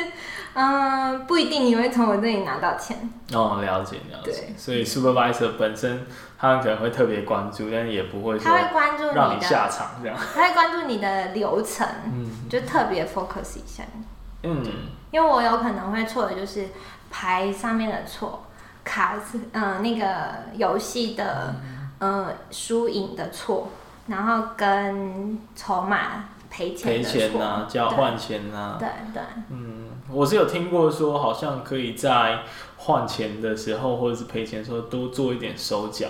Speaker 2: 嗯、不一定你会从我这里拿到钱。
Speaker 3: 哦，了解了解
Speaker 2: 对，
Speaker 3: 所以 supervisor 本身他可能会特别关注，但也不会说
Speaker 2: 他会关注
Speaker 3: 让
Speaker 2: 你
Speaker 3: 你
Speaker 2: 的，
Speaker 3: 下场这样。
Speaker 2: 他会关注你的流程，
Speaker 3: 嗯
Speaker 2: 就特别 focus 一下你。
Speaker 3: 嗯，
Speaker 2: 因为我有可能会错的就是牌上面的错，卡是嗯、呃那个游戏的
Speaker 3: 嗯
Speaker 2: 呃输赢的错，然后跟筹码赔钱
Speaker 3: 赔
Speaker 2: 的
Speaker 3: 钱
Speaker 2: 错，
Speaker 3: 呐、交换啊钱呐、
Speaker 2: 对对，
Speaker 3: 嗯，我是有听过说，好像可以在换钱的时候或者是赔钱的时候多做一点手脚，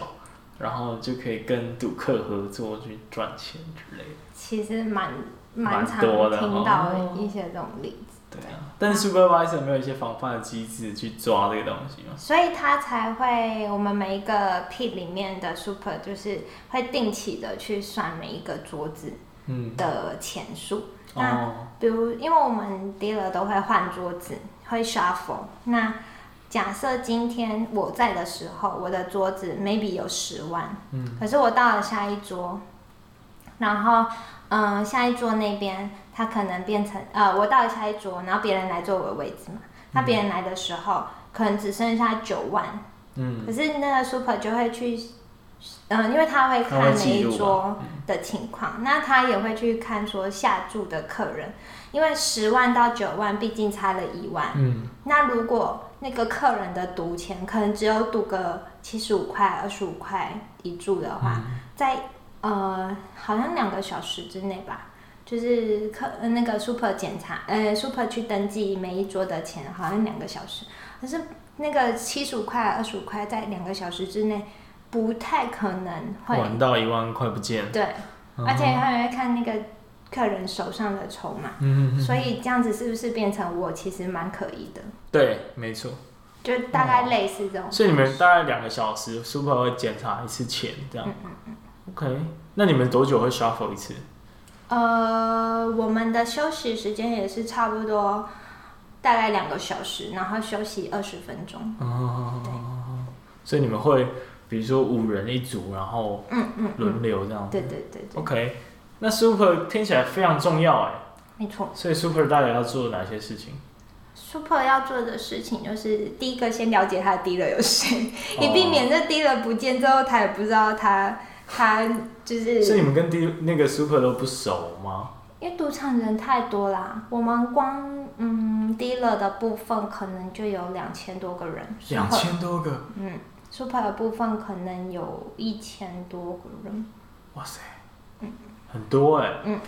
Speaker 3: 然后就可以跟赌客合作去赚钱之类的。
Speaker 2: 其实蛮
Speaker 3: 蛮
Speaker 2: 蛮常
Speaker 3: 多的哦
Speaker 2: 听到一些这种例子，
Speaker 3: 对啊，但是 supervisor 没有一些防范的机制去抓这个东西吗？
Speaker 2: 所以他才会我们每一个 P 里面的 super 就是会定期的去算每一个桌子
Speaker 3: 嗯，
Speaker 2: 的钱数，那
Speaker 3: 哦，
Speaker 2: 比如，因为我们 dealer 都会换桌子，会 shuffle。那假设今天我在的时候，我的桌子 maybe 有十万，
Speaker 3: 嗯，
Speaker 2: 可是我到了下一桌，然后，嗯、下一桌那边他可能变成，呃，我到了下一桌，然后别人来坐我的位置嘛。那别人来的时候，可能只剩下九万，
Speaker 3: 嗯，
Speaker 2: 可是那个 super 就会去，嗯、因为他会
Speaker 3: 他会
Speaker 2: 看每
Speaker 3: 记录
Speaker 2: 一
Speaker 3: 嘛
Speaker 2: 桌的情况，那他也会去看说下注的客人，因为十万到九万毕竟差了一万，
Speaker 3: 嗯，
Speaker 2: 那如果那个客人的赌钱可能只有赌个七十五块、二十五块一注的话，在呃好像两个小时之内吧。就是客呃那个 super 检查，呃 super 去登记每一桌的钱，好像两个小时。可是那个七十五块、二十五块，在两个小时之内不太可能会
Speaker 3: 玩到一万块不见，
Speaker 2: 对，
Speaker 3: 嗯
Speaker 2: 而且他也会看那个客人手上的筹码，
Speaker 3: 嗯，
Speaker 2: 所以这样子是不是变成我其实蛮可疑的？
Speaker 3: 对，没错。
Speaker 2: 就大
Speaker 3: 哦
Speaker 2: 概类似这种。
Speaker 3: 所以你们大概两个小时 super 会检查一次钱，
Speaker 2: 嗯
Speaker 3: 这样。OK，那你们多久会 shuffle 一次？
Speaker 2: 呃，我们的休息时间也是差不多大概两个小时，然后休息二十分钟。
Speaker 3: 哦，所以你们会比如说五人一组，然后
Speaker 2: 嗯嗯，
Speaker 3: 轮流这样。
Speaker 2: 对对对对，
Speaker 3: OK，那 super 听起来非常重要哎，
Speaker 2: 没错。
Speaker 3: 所以 super 大概要做哪些事情？
Speaker 2: Super 要做的事情就是第一个先了解他的 dealer 有谁，
Speaker 3: 哦
Speaker 2: 以避免这 dealer 不见之后，他也不知道他他就
Speaker 3: 所以
Speaker 2: 是
Speaker 3: 你们跟第那个 super 都不熟吗？
Speaker 2: 因为赌场人太多啦，我们光嗯 dealer 的部分可能就有两千多个人，
Speaker 3: 两千多个，
Speaker 2: 嗯，super 的部分可能有一千多个人，
Speaker 3: 哇塞，很多哎、
Speaker 2: 嗯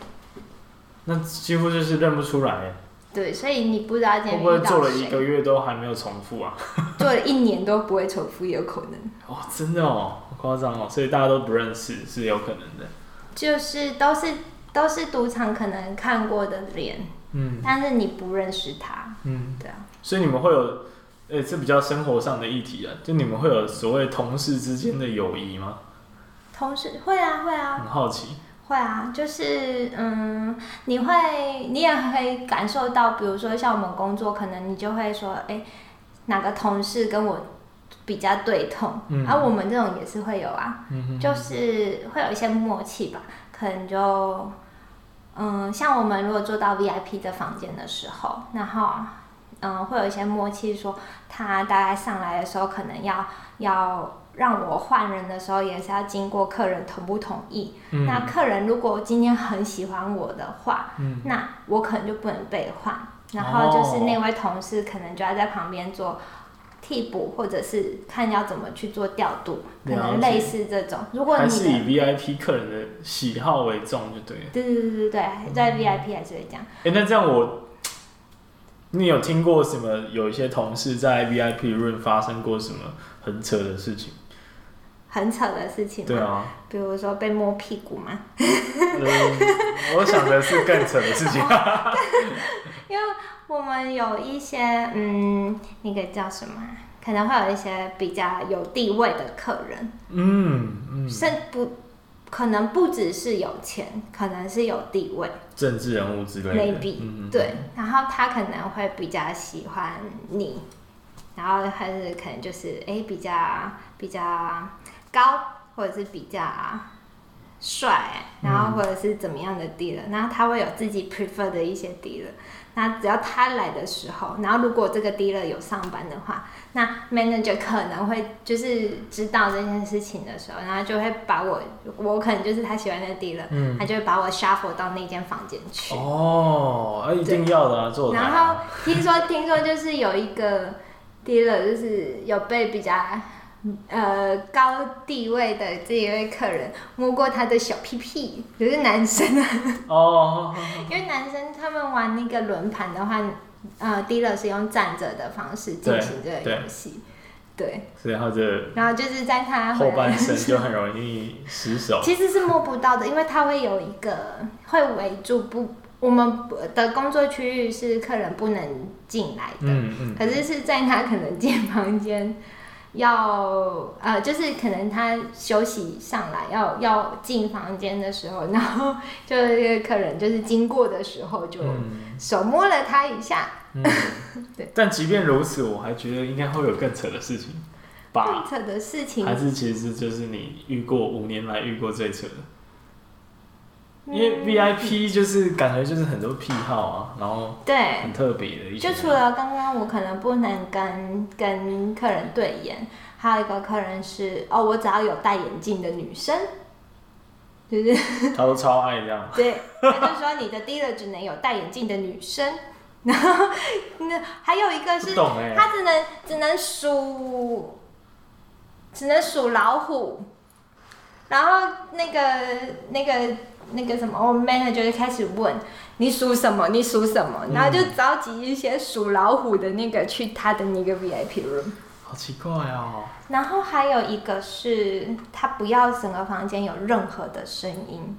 Speaker 3: 那几乎就是认不出来、欸，
Speaker 2: 对，所以你不知道今
Speaker 3: 会
Speaker 2: 天遇
Speaker 3: 不会
Speaker 2: 到谁，
Speaker 3: 做了一个月都还没有重复啊？
Speaker 2: 做了一年都不会重复，有可能，
Speaker 3: 哇、真的哦，好夸张哦，所以大家都不认识是有可能的。
Speaker 2: 就是都是都是赌场可能看过的脸，
Speaker 3: 嗯
Speaker 2: 但是你不认识他，
Speaker 3: 嗯，
Speaker 2: 对啊。
Speaker 3: 所以你们会有，呃、这比较生活上的议题啊，就你们会有所谓同事之间的友谊吗？
Speaker 2: 同事会啊会啊
Speaker 3: 很好奇。
Speaker 2: 会啊，就是嗯，你会你也可以感受到，比如说像我们工作，可能你就会说，哎，哪个同事跟我比较对痛，啊
Speaker 3: 嗯
Speaker 2: 而、我们这种也是会有啊，
Speaker 3: 嗯哼，
Speaker 2: 就是会有一些默契吧，可能就嗯，像我们如果做到 VIP 的房间的时候，然后。嗯，会有一些默契，说他大概上来的时候，可能要要让我换人的时候，也是要经过客人同不同意，
Speaker 3: 嗯
Speaker 2: 那客人如果今天很喜欢我的话，
Speaker 3: 嗯哦
Speaker 2: 那我可能就不能被换，然后就是那位同事可能就要在旁边做替补，或者是看要怎么去做调度，可能类似这种。如果
Speaker 3: 还
Speaker 2: 你
Speaker 3: 是以
Speaker 2: 的
Speaker 3: VIP 客人的喜好为重就对了。
Speaker 2: 对对对对对，
Speaker 3: 嗯
Speaker 2: 在 VIP 还是会这样，
Speaker 3: 哎、那这样我，你有听过什么？有一些同事在 VIP room 发生过什么很扯的事 情？
Speaker 2: 很扯的事情。
Speaker 3: 对，啊，
Speaker 2: 比如说被摸屁股嘛，
Speaker 3: 呃我想的是更扯的事情。啊
Speaker 2: 因为我们有一些嗯，那个叫什么啊，可能会有一些比较有地位的客人，
Speaker 3: 嗯嗯，
Speaker 2: 甚不可能不只是有钱，可能是有地位
Speaker 3: 政治人物之类的。
Speaker 2: ，maybe、
Speaker 3: 嗯，
Speaker 2: 对，然后他可能会比较喜欢你，然后还是可能就是哎、诶比较比较高，或者是比较帅，然后或者是怎么样的 dealer，、然后他会有自己 prefer 的一些 dealer。那只要他来的时候，然后如果这个 dealer 有上班的话，那 manager 可能会就是知道这件事情的时候，然后就会把我，我可能就是他喜欢的 dealer，、
Speaker 3: 嗯
Speaker 2: 他就会把我 shuffle 到那间房间去。
Speaker 3: 哦，啊，一定要的啊，做的。
Speaker 2: 然后听说听说就是有一个 dealer，就是有被比较呃高地位的这一位客人摸过他的小屁屁，就是男生啊，
Speaker 3: 哦，
Speaker 2: 因为男生他们玩那个轮盘的话，呃，dealer 是用站着的方式进行这个
Speaker 3: 对
Speaker 2: 游戏，对，
Speaker 3: 所以他的
Speaker 2: 然后就是在他回
Speaker 3: 后
Speaker 2: 来
Speaker 3: 半身就很容易失手。
Speaker 2: 其实是摸不到的，因为它会有一个会围住不，我们的工作区域是客人不能进来的，
Speaker 3: 嗯嗯，
Speaker 2: 可是是在他可能进房间要呃，就是可能他休息上来要要进房间的时候，然后就那个客人就是经过的时候就
Speaker 3: 嗯
Speaker 2: 手摸了他一下，
Speaker 3: 嗯
Speaker 2: 对。
Speaker 3: 但即便如此，我还觉得应该会有更扯的事情吧。
Speaker 2: 更扯的事情
Speaker 3: 还，是其实就是你遇过五年来遇过最扯的，
Speaker 2: 嗯
Speaker 3: 因为 VIP 就是感觉就是很多癖好啊，然后
Speaker 2: 对，
Speaker 3: 很特别的一些
Speaker 2: 就除了刚刚我可能不能跟跟客人对眼，还有一个客人是哦，我只要有戴眼镜的女生，就是，
Speaker 3: 他都超爱这样
Speaker 2: 对，他就说你的 dealer 只能有戴眼镜的女生， 然后那还有一个
Speaker 3: 不
Speaker 2: 是
Speaker 3: 懂哎、
Speaker 2: 他只能只能数，只能数老虎，然后那个那个那个什么，我 manager 就开始问你属什么，你属什么，然后就
Speaker 3: 嗯
Speaker 2: 召集一些属老虎的那个去他的那个 VIP room。
Speaker 3: 好奇怪哦。
Speaker 2: 然后还有一个是，他不要整个房间有任何的声音，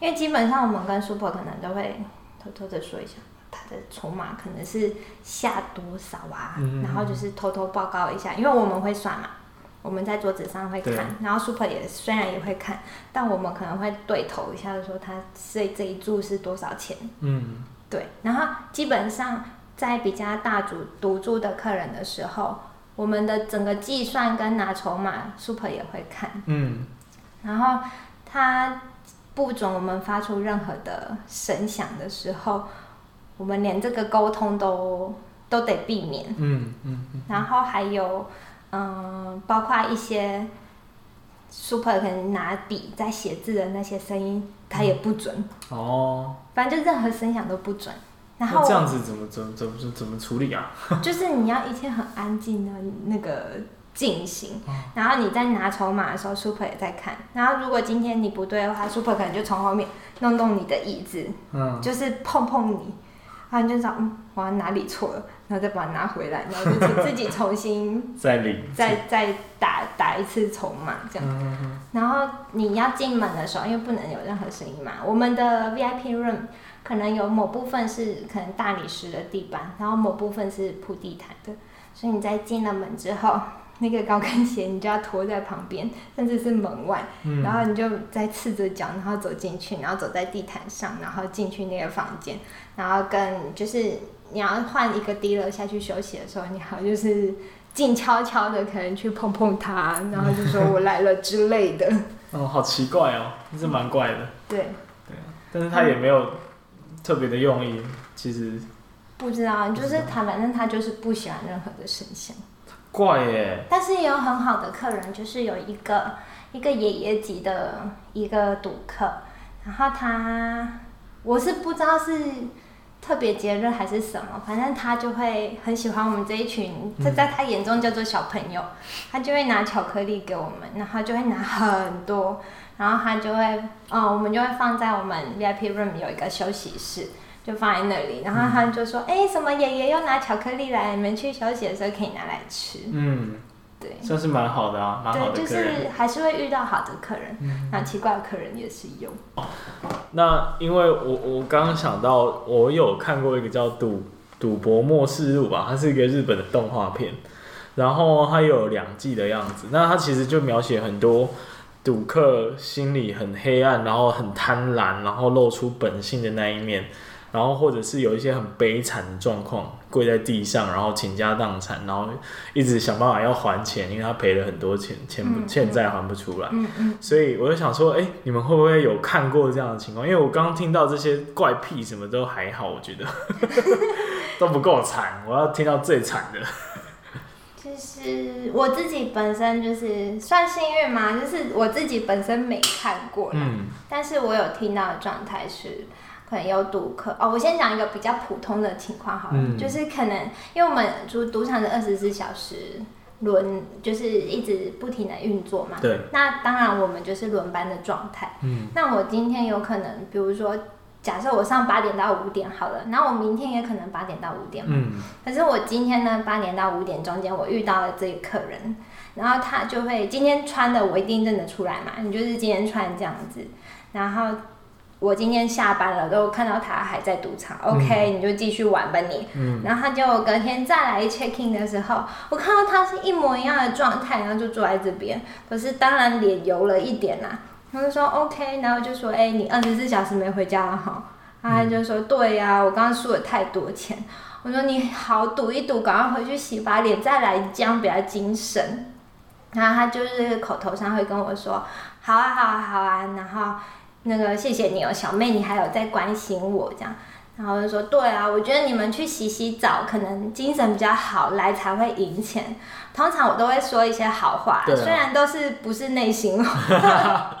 Speaker 2: 因为基本上我们跟 Super 可能都会偷偷的说一下他的筹码可能是下多少啊，
Speaker 3: 嗯
Speaker 2: 然后就是偷偷报告一下，因为我们会算嘛，我们在桌子上会看
Speaker 3: 对，
Speaker 2: 然后 Super 也虽然也会看，但我们可能会对头一下，就说他这这一注是多少钱，
Speaker 3: 嗯，
Speaker 2: 对，然后基本上在比较大主独住的客人的时候，我们的整个计算跟拿筹码，Super 也会看，
Speaker 3: 嗯，
Speaker 2: 然后他不准我们发出任何的声响的时候，我们连这个沟通都都得避免。
Speaker 3: 嗯，嗯，嗯，
Speaker 2: 然后还有，嗯，包括一些 super 可能拿笔在写字的那些声音，它也不准，
Speaker 3: 哦，
Speaker 2: 反正就任何声响都不准。然后
Speaker 3: 那这样子怎么怎么怎么怎么处理啊？
Speaker 2: 就是你要一切很安静的那个进行，然后你在拿筹码的时候，Super 也在看。然后如果今天你不对的话，Super 可能就从后面弄弄你的椅子，
Speaker 3: 嗯，
Speaker 2: 就是碰碰你，然后你就知道嗯，我哪里错了，然后再把它拿回来，然后就自己重新
Speaker 3: 再领，
Speaker 2: 再再打打一次筹码这样。
Speaker 3: 嗯，嗯
Speaker 2: 然后你要进门的时候，因为不能有任何声音嘛。我们的 VIP room 可能有某部分是可能大理石的地板，然后某部分是铺地毯的，所以你在进了门之后，那个高跟鞋你就要拖在旁边， 甚至是门外，
Speaker 3: 嗯
Speaker 2: 然后你就再赤着脚，然后走进去，然后走在地毯上，然后进去那个房间，然后跟就是你要换一个 dealer 下去休息的时候，你好就是静悄悄的，可能去碰碰它，然后就说我来了之类的。
Speaker 3: 哦，好奇怪哦，这蛮怪的，
Speaker 2: 对，
Speaker 3: 但是他也没有特别的用意，其实
Speaker 2: 不知道，就是他，反正他就是不喜欢任何的声响。
Speaker 3: 怪耶，
Speaker 2: 但是也有很好的客人，就是有一个一个爷爷级的一个赌客，然后他我是不知道是特别节日还是什么，反正他就会很喜欢我们这一群，这在他眼中叫做小朋友，他就会拿巧克力给我们，然后就会拿很多，然后他就会，嗯，我们就会放在我们 VIP room 有一个休息室。就放在那里，然后他就说：“哎、什么爷爷又拿巧克力来？你们去休息的时候可以拿来吃。”
Speaker 3: 嗯，
Speaker 2: 对
Speaker 3: 算是蛮好的啊，蛮好
Speaker 2: 对，
Speaker 3: 的
Speaker 2: 就
Speaker 3: 客人。
Speaker 2: 是还是会遇到好的客人，那、奇怪的客人也是有。
Speaker 3: 那因为我我刚刚想到，我有看过一个叫《赌赌博末世录》吧，它是一个日本的动画片，然后它有两季的样子。那它其实就描写很多赌客心里很黑暗，然后很贪婪，然后露出本性的那一面，然后或者是有一些很悲惨的状况，跪在地上，然后倾家荡产，然后一直想办法要还钱，因为他赔了很多钱，欠不
Speaker 2: 嗯
Speaker 3: 欠债还不出来。
Speaker 2: 嗯嗯，
Speaker 3: 所以我就想说，哎、你们会不会有看过这样的情况？因为我刚刚听到这些怪癖什么都还好，我觉得 都不够惨，我要听到最惨的。
Speaker 2: 就是我自己本身就是算幸运嘛，就是我自己本身没看过啦，
Speaker 3: 嗯
Speaker 2: 但是我有听到的状态是。可能有赌客哦，我先讲一个比较普通的情况好了，
Speaker 3: 嗯
Speaker 2: 就是可能因为我们主赌场是二十四小时轮，就是一直不停的运作嘛。
Speaker 3: 对。
Speaker 2: 那当然，我们就是轮班的状态。
Speaker 3: 嗯
Speaker 2: 那我今天有可能，比如说，假设我上八点到五点好了，那我明天也可能八点到五点嘛。
Speaker 3: 嗯
Speaker 2: 可是我今天呢，八点到五点中间，我遇到了这个客人，然后他就会今天穿的我一定认得出来嘛，你就是今天穿这样子，然后。我今天下班了，都看到他还在赌场、o k 你就继续玩吧你。
Speaker 3: 嗯
Speaker 2: 然后他就隔天再来 check in 的时候，我看到他是一模一样的状态，然后就坐在这边，可是当然脸油了一点啦、啊他就说 OK，然后我就说，哎、你二十四小时没回家了哈。然后他就说，对呀、我刚刚输了太多钱。我说你好赌一赌，赶快回去洗把脸再来，这样比较精神。然后他就是口头上会跟我说，好啊，好啊，好啊，然后那个谢谢你哦，小妹，你还有在关心我这样。然后我就说，对啊，我觉得你们去洗洗澡，可能精神比较好，来才会赢钱。通常我都会说一些好话，
Speaker 3: 对啊
Speaker 2: 虽然都是不是内心话。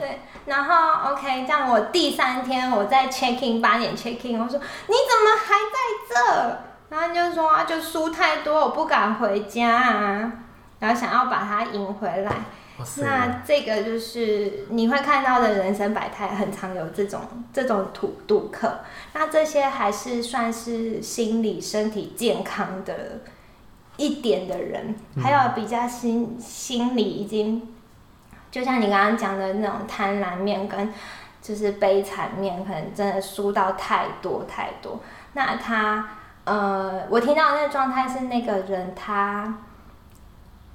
Speaker 2: 对，然后 OK，这样我第三天我在 check in 八点 check in，我说你怎么还在这？然后他就说啊，就输太多，我不敢回家啊，然后想要把它赢回来。
Speaker 3: 哇塞
Speaker 2: 那这个就是你会看到的人生百态，很常有这种这种土赌客。那这些还是算是心理、身体健康的一点的人，还有比较心心理已经，就像你刚刚讲的那种贪婪面跟就是悲惨面，可能真的输到太多太多。那他呃，我听到的那个状态是那个人他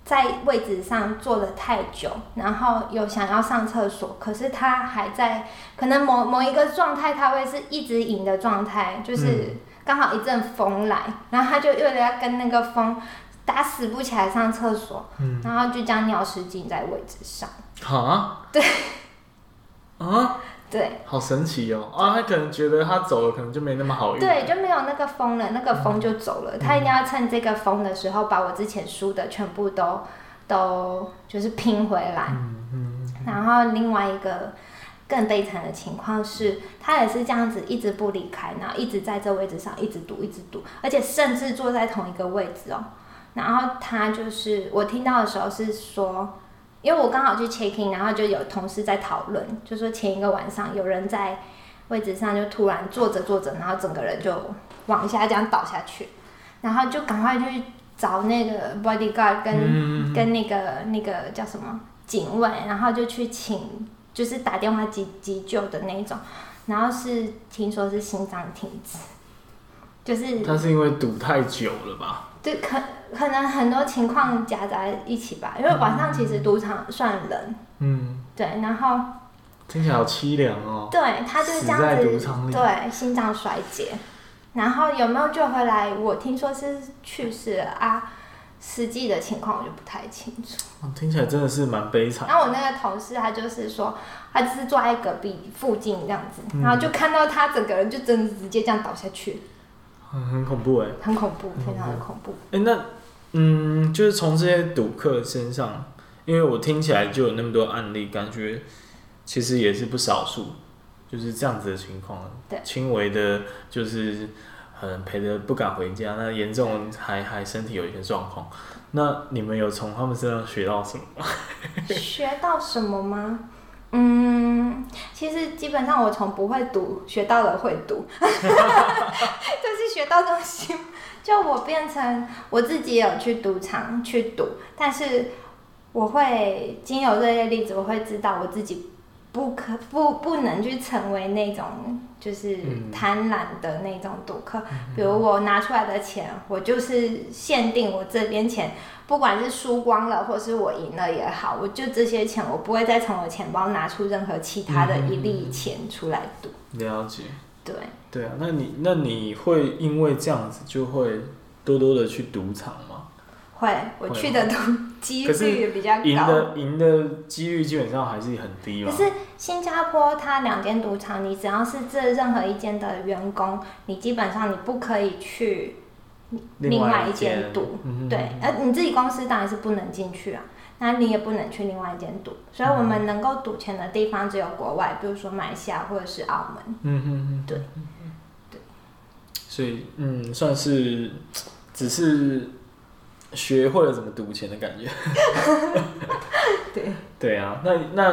Speaker 2: 在位置上坐了太久，然后有想要上厕所，可是他还在可能某某一个状态，他会是一直赢的状态，就是刚好一阵风来，然后他就为了要跟那个风打死不起来上厕所，
Speaker 3: 嗯
Speaker 2: 然后就将尿失禁在位置上。
Speaker 3: 啊对啊，
Speaker 2: 对，
Speaker 3: 好神奇哦啊！他可能觉得他走了，可能就没那么好运。嗯
Speaker 2: 对，就没有那个风了，那个风就走了。他一定要趁这个风的时候，把我之前输的全部都都就是拼回来。
Speaker 3: 嗯
Speaker 2: 然后另外一个更悲惨的情况是，他也是这样子一直不离开，然后一直在这位置上一直读一直读，而且甚至坐在同一个位置哦。然后他就是我听到的时候是说，因为我刚好去 check in，然后就有同事在讨论，就说前一个晚上有人在位置上就突然坐着坐着，然后整个人就往下这样倒下去，然后就赶快去找那个 bodyguard 跟、
Speaker 4: 嗯
Speaker 2: 跟那个那个叫什么警卫，然后就去请，就是打电话急急救的那一种，然后是听说是心脏停止，就是
Speaker 3: 他是因为赌太久了吧？
Speaker 2: 对，可可能很多情况夹杂一起吧，因为晚上
Speaker 4: 嗯
Speaker 2: 其实赌场算人，
Speaker 3: 嗯，
Speaker 2: 对，然后
Speaker 3: 听起来好凄凉哦。
Speaker 2: 对他就是这样
Speaker 3: 死在赌
Speaker 2: 子
Speaker 3: 场，里
Speaker 2: 对，心脏衰竭，然后有没有救回来？我听说是去世了啊，实际的情况我就不太清楚。
Speaker 3: 哦听起来真的是蛮悲惨。
Speaker 2: 然后我那个同事他就是说，他就是坐在隔壁附近这样子，然后就看到他整个人就真的直接这样倒下去，
Speaker 3: 很很恐怖哎、
Speaker 2: 很恐怖，非常的恐怖。
Speaker 3: 哎、那嗯，就是从这些赌客身上，因为我听起来就有那么多案例，感觉其实也是不少数，就是这样子的情况。
Speaker 2: 对
Speaker 3: 轻微的就是很赔的不敢回家，那严重还还身体有一些状况。那你们有从他们身上学到什么？
Speaker 2: 学到什么吗？嗯，其实基本上我从不会读学到了会读， 就是学到东西。就我变成我自己有去赌场去赌，但是我会经由这些例子，我会知道我自己不可不不能去成为那种就是
Speaker 3: 嗯
Speaker 2: 贪婪的那种赌客。比如我拿出来的钱，我就是限定我这边钱不管是输光了，或是我赢了也好，我就这些钱，我不会再从我钱包拿出任何其他的
Speaker 3: 嗯
Speaker 2: 一粒钱出来赌。
Speaker 3: 了解。
Speaker 2: 对，
Speaker 3: 对啊，那你那你会因为这样子就会多多的去赌场吗？
Speaker 2: 会，我去的赌 几
Speaker 3: 可是
Speaker 2: 率比较
Speaker 3: 赢
Speaker 2: 高。
Speaker 3: 的赢的几率基本上还是很低
Speaker 2: 可
Speaker 3: 嘛。
Speaker 2: 是新加坡它两间赌场，你只要是这任何一间的员工，你基本上你不可以去另外一间赌，
Speaker 3: 嗯哼
Speaker 2: 对，呃，你自己公司当然是不能进去啊，那你也不能去另外一间赌，所
Speaker 3: 嗯
Speaker 2: 以我们能够赌钱的地方只有国外，比如说马来西亚或者是澳门。
Speaker 3: 嗯哼哼，
Speaker 2: 对，
Speaker 3: 对，所以嗯，算是只是学会了怎么赌钱的感觉。
Speaker 2: 对，
Speaker 3: 对啊，那那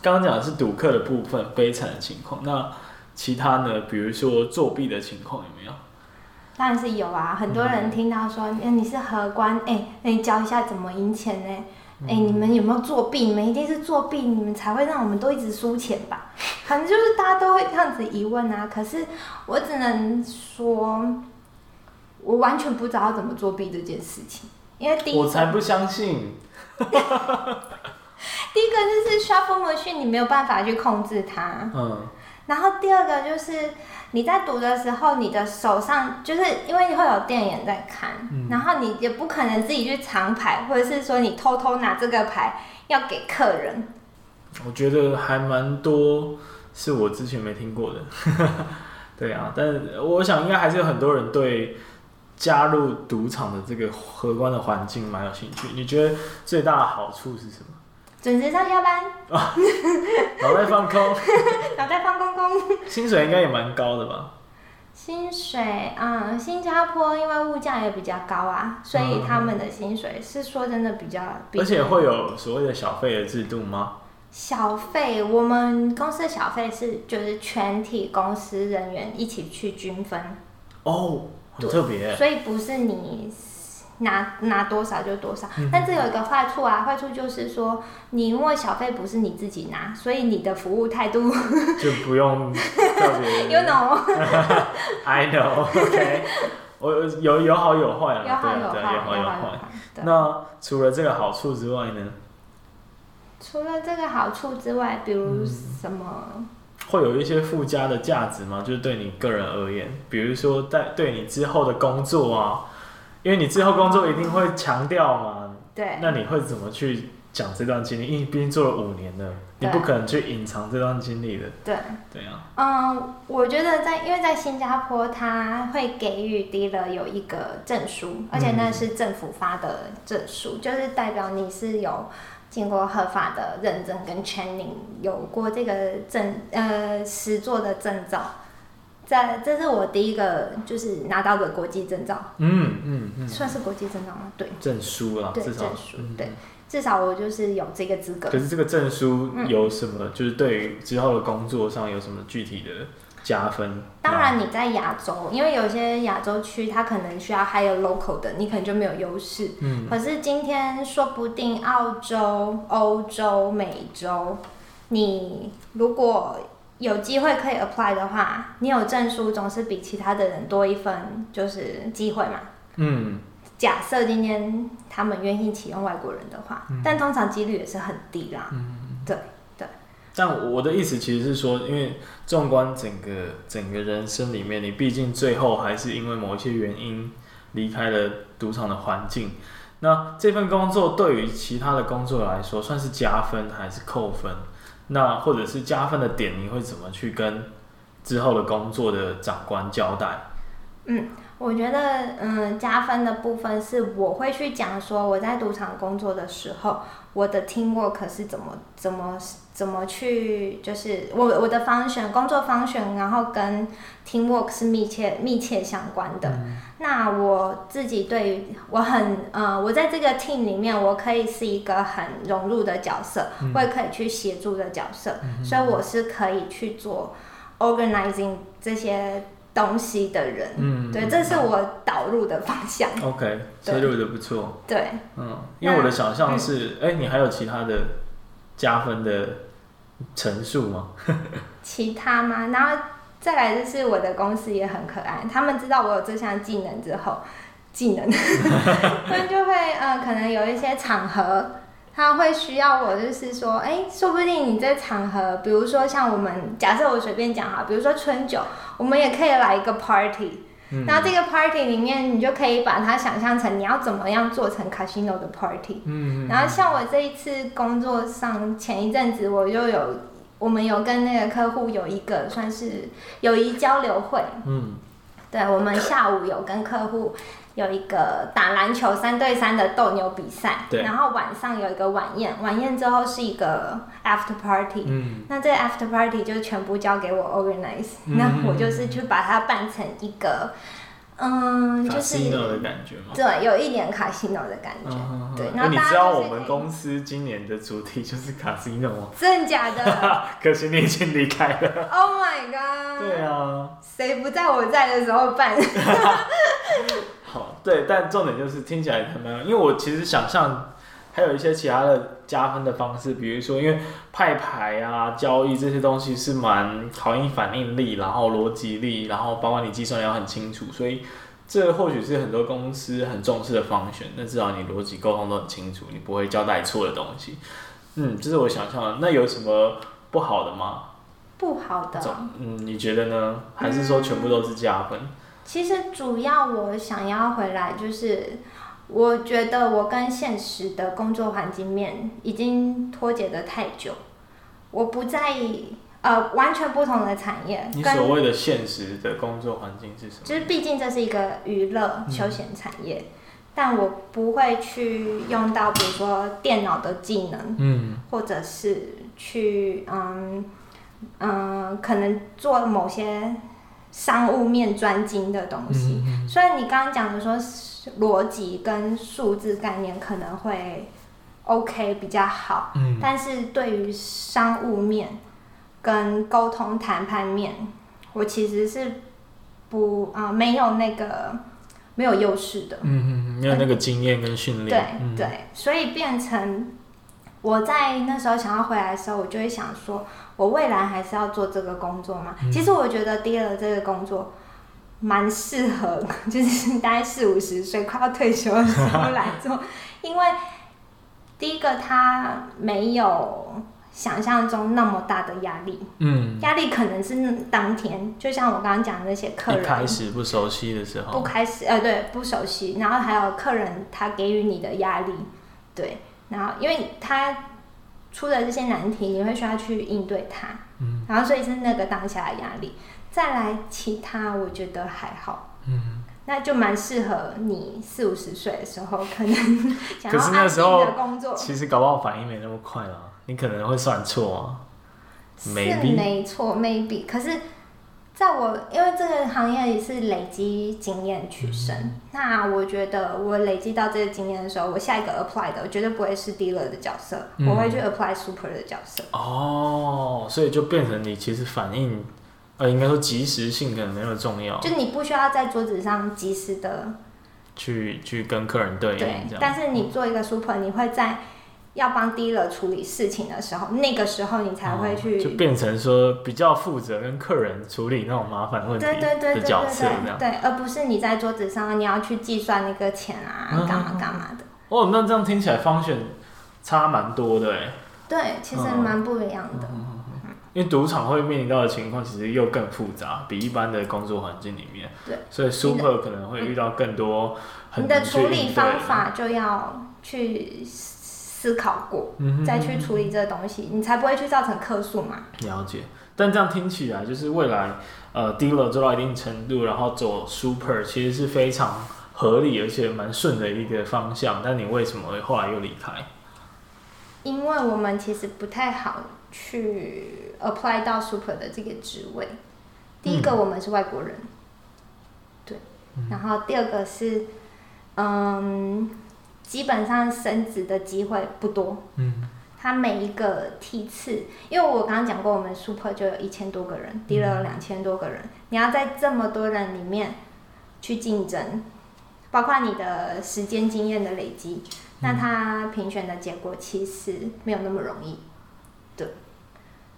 Speaker 3: 刚刚讲的是赌客的部分，悲惨的情况。那其他呢？比如说作弊的情况有没有？
Speaker 2: 当然是有啊，很多人听到说，哎、你是荷官，哎、那你教一下怎么赢钱呢？哎、你们有没有作弊？你们一定是作弊，你们才会让我们都一直输钱吧？ 反正就是大家都会这样子疑问啊。可是我只能说，我完全不知道怎么作弊这件事情，因为第一
Speaker 3: 我
Speaker 2: 个
Speaker 3: 才不相信。
Speaker 2: 第一个就是 shuffle machine，你没有办法去控制它。
Speaker 3: 嗯，
Speaker 2: 然后第二个就是你在读的时候，你的手上就是因为会有电眼在看，
Speaker 3: 嗯
Speaker 2: 然后你也不可能自己去藏牌，或者是说你偷偷拿这个牌要给客人。
Speaker 3: 我觉得还蛮多是我之前没听过的。 对啊，但是我想应该还是有很多人对加入赌场的这个荷官的环境蛮有兴趣。你觉得最大的好处是什么？
Speaker 2: 准时上下班，
Speaker 3: 脑袋放空，
Speaker 2: 脑袋放空空。
Speaker 3: 薪水应该也蛮高的吧？
Speaker 2: 薪水，嗯，新加坡因为物价也比较高啊，所以他们的薪水是说真的比较，比
Speaker 3: 而且会有所谓的小费的制度吗？
Speaker 2: 小费，我们公司的小费是就是全体公司人员一起去均分。
Speaker 3: 哦，很特别欸。
Speaker 2: 所以不是你拿拿多少就多少，
Speaker 3: 嗯
Speaker 2: 但这有一个坏处啊，坏处就是说，你因为小费不是你自己拿，所以你的服务态度
Speaker 3: 就不用特别。
Speaker 2: ，you know，
Speaker 3: I know. OK，我有有好有坏 啦，
Speaker 2: 有好
Speaker 3: 对啊
Speaker 2: 有
Speaker 3: 对
Speaker 2: 坏，
Speaker 3: 啊有好有
Speaker 2: 有
Speaker 3: 坏。
Speaker 2: 坏。对，
Speaker 3: 那除了这个好处之外呢，
Speaker 2: 除了这个好处之外，比
Speaker 3: 嗯
Speaker 2: 如什么，
Speaker 3: 会有一些附加的价值吗？就是对你个人而言，比如说在对你之后的工作啊，因为你之后工作一定会强调嘛，
Speaker 2: 对
Speaker 3: 那你会怎么去讲这段经历？因为你毕竟做了五年了，你
Speaker 2: 对
Speaker 3: 不可能去隐藏这段经历的，
Speaker 2: 对。
Speaker 3: 对啊，
Speaker 2: 嗯，我觉得在因为在新加坡，他会给予 dealer 有一个证书，而且那是政府发的证书，就是代表你是有经过合法的认证跟 training，有过这个证呃实作的证照。在这是我第一个就是拿到的国际证照，
Speaker 3: 嗯嗯嗯，
Speaker 2: 算是国际证照吗？对，
Speaker 3: 证书啦，
Speaker 2: 对
Speaker 3: 至
Speaker 2: 证
Speaker 3: 少。
Speaker 2: 书
Speaker 3: 嗯，
Speaker 2: 对，至少我就是有这个资格
Speaker 3: 可。是这个证书
Speaker 2: 嗯
Speaker 3: 有什么？就是对于之后的工作上有什么具体的加分？
Speaker 2: 当然，你在亚洲，因为有些亚洲区它可能需要还有 local 的，你可能就没有优势。
Speaker 3: 嗯，
Speaker 2: 可是今天说不定澳洲、欧洲、美洲，你如果有机会可以 apply 的话，你有证书总是比其他的人多一份就是机会嘛。
Speaker 3: 嗯，
Speaker 2: 假设今天他们愿意启用外国人的话，但通常几率也是很低啦。
Speaker 3: 但我的意思其实是说，因为纵观整个整个人生里面，你毕竟最后还是因为某一些原因离开了赌场的环境。那这份工作对于其他的工作来说，算是加分还是扣分？那或者是加分的点，你会怎么去跟之后的工作的长官交代？
Speaker 2: 我觉得，嗯，加分的部分是我会去讲说我在赌场工作的时候，我的 teamwork 是怎么怎么怎么去，就是我我的 function 工作 function，然后跟 teamwork 是密切密切相关的。那我自己对于我很呃，我在这个 team 里面，我可以是一个很融入的角色，我也可以去协助的角色，所以我是可以去做 organizing 这些东西的人。
Speaker 3: 嗯，
Speaker 2: 对，这是我导入的方向。
Speaker 3: OK，
Speaker 2: 对
Speaker 3: 切入的不错。
Speaker 2: 对，
Speaker 3: 嗯，因为我的想象是，哎、你还有其他的加分的陈述吗？
Speaker 2: 其他吗？然后再来就是我的公司也很可爱，他们知道我有这项技能之后，技 能，他们就会呃，可能有一些场合。他会需要我，就是说，哎、说不定你这场合，比如说像我们，假设我随便讲哈，比如说春酒，我们也可以来一个 party，、
Speaker 3: 嗯
Speaker 2: 然后这个 party 里面，你就可以把它想象成你要怎么样做成 casino 的 party，
Speaker 3: 嗯
Speaker 2: 然后像我这一次工作上，前一阵子我就有，我们有跟那个客户有一个算是友谊交流会，
Speaker 3: 嗯，
Speaker 2: 对我们下午有跟客户有一个打篮球三对三的斗牛比赛，
Speaker 3: 对
Speaker 2: 然后晚上有一个晚宴，晚宴之后是一个 after party，、
Speaker 3: 嗯
Speaker 2: 那这个 after party 就全部交给我 organize，、
Speaker 3: 嗯
Speaker 2: 那我就是去把它办成一个，嗯，就
Speaker 3: 卡
Speaker 2: 是
Speaker 3: 西诺的感觉吗？
Speaker 2: 对，有一点卡西诺的感觉，
Speaker 3: 嗯
Speaker 2: 对，
Speaker 3: 嗯
Speaker 2: 然后
Speaker 3: 你
Speaker 2: 大家
Speaker 3: 知道
Speaker 2: 就是
Speaker 3: 我
Speaker 2: 可
Speaker 3: 们
Speaker 2: 以
Speaker 3: 公司今年的主题就是卡西诺吗？
Speaker 2: 真的假 的
Speaker 3: 可惜你已经离开了。
Speaker 2: ？Oh my god！
Speaker 3: 对啊，
Speaker 2: 谁不在我在的时候办？
Speaker 3: 好，对，但重点就是听起来很蛮，因为我其实想象还有一些其他的加分的方式，比如说因为派牌啊、交易这些东西是蛮考验反应力，然后逻辑力，然后包括你计算要很清楚，所以。这或许是很多公司很重视的方选，那至少你逻辑沟通都很清楚，你不会交代错的东西。嗯，这是我想象的。那有什么不好的吗？
Speaker 2: 不好的。
Speaker 3: 总嗯，你觉得呢？还是说全部都是加分？
Speaker 2: 嗯其实主要我想要回来就是，我觉得我跟现实的工作环境面已经脱节的太久，我不在意呃完全不同的产业，
Speaker 3: 你
Speaker 2: 跟
Speaker 3: 所谓的现实的工作环境是什么？
Speaker 2: 就是毕竟这是一个娱乐休闲产业，但我不会去用到比如说电脑的技能，
Speaker 3: 嗯
Speaker 2: 或者是去嗯嗯、呃可能做某些商务面专精的东
Speaker 3: 嗯
Speaker 2: 西。虽然你刚刚讲的说逻辑跟数字概念可能会 OK 比较好，
Speaker 3: 嗯
Speaker 2: 但是对于商务面跟沟通谈判面，我其实是不啊、呃没有那个没有优势的。
Speaker 3: 嗯嗯，没有那个经验跟训练。嗯
Speaker 2: 对对，所以变成我在那时候想要回来的时候，我就会想说，我未来还是要做这个工作嘛。
Speaker 3: 嗯
Speaker 2: 其实我觉得 d e a 这个工作蛮适合，就是大概四五十岁快要退休的时候来做，因为第一个他没有。想象中那么大的压力，
Speaker 3: 嗯，
Speaker 2: 压力可能是当天，就像我刚刚讲的那些客
Speaker 3: 一
Speaker 2: 人，
Speaker 3: 开始不熟悉的时
Speaker 2: 不
Speaker 3: 候，
Speaker 2: 开始，呃，对，不熟悉，然后还有客人他给予你的压力，对，然后因为他出的这些难题，你会需要去应对它，嗯，然后所以是那个当下的压力。再来其他，我觉得还好，嗯，那就蛮适合你四五十岁的时候，可能 想
Speaker 3: 可
Speaker 2: 要
Speaker 3: 是那
Speaker 2: 安
Speaker 3: 时
Speaker 2: 定
Speaker 3: 候
Speaker 2: 的工作，
Speaker 3: 其实搞不好反应没那么快啦，你可能会算错啊。
Speaker 2: 是
Speaker 3: maybe
Speaker 2: 没错，maybe。可是，在我因为这个行业也是累积经验取胜，
Speaker 3: 嗯
Speaker 2: 那我觉得我累积到这个经验的时候，我下一个 apply 的，我绝对不会是 dealer 的角色，
Speaker 3: 嗯
Speaker 2: 我会去 apply super 的角色。
Speaker 3: 哦，所以就变成你其实反应，呃，应该说及时性可能没那么重要，
Speaker 2: 就你不需要在桌子上及时的
Speaker 3: 去去跟客人对应
Speaker 2: 对
Speaker 3: 这，样。
Speaker 2: 但是你做一个 super，你会在要帮 dealer 处理事情的时候，那个时候你才会去、
Speaker 3: 哦就变成说比较负责跟客人处理那种麻烦问题
Speaker 2: 对对对对
Speaker 3: 的
Speaker 2: 对
Speaker 3: 角色这
Speaker 2: 对
Speaker 3: 样。
Speaker 2: 对，而不是你在桌子上你要去计算那个钱啊，
Speaker 3: 嗯
Speaker 2: 干嘛干嘛的。
Speaker 3: 哦，那这样听起来方选差蛮多的哎，
Speaker 2: 对，其实
Speaker 3: 嗯
Speaker 2: 蛮不一样的。
Speaker 3: 因为赌场会面临到的情况其实又更复杂，比一般的工作环境里面。
Speaker 2: 对，
Speaker 3: 所以 super 可能会遇到更多嗯很
Speaker 2: 你的
Speaker 3: 难去
Speaker 2: 处理
Speaker 3: 应对
Speaker 2: 方。法就要去思考过，
Speaker 3: 嗯哼
Speaker 2: 再去处理这个东西，你才不会去造成客诉嘛。
Speaker 3: 了解，但这样听起来就是未来呃 dealer 做到一定程度，然后走 super 其实是非常合理而且蛮顺的一个方向。但你为什么后来又离开？
Speaker 2: 因为我们其实不太好去 apply 到 super 的这个职位。第一个，我们是外国人，对。然后第二个是，嗯，基本上升职的机会不多。
Speaker 3: 嗯，
Speaker 2: 他每一个梯次，因为我刚刚讲过，我们 super 就有一千多个人，低了有两千多个人，你要在这么多人里面去竞争，包括你的时间经验的累积，那他评选的结果其实没有那么容易，对，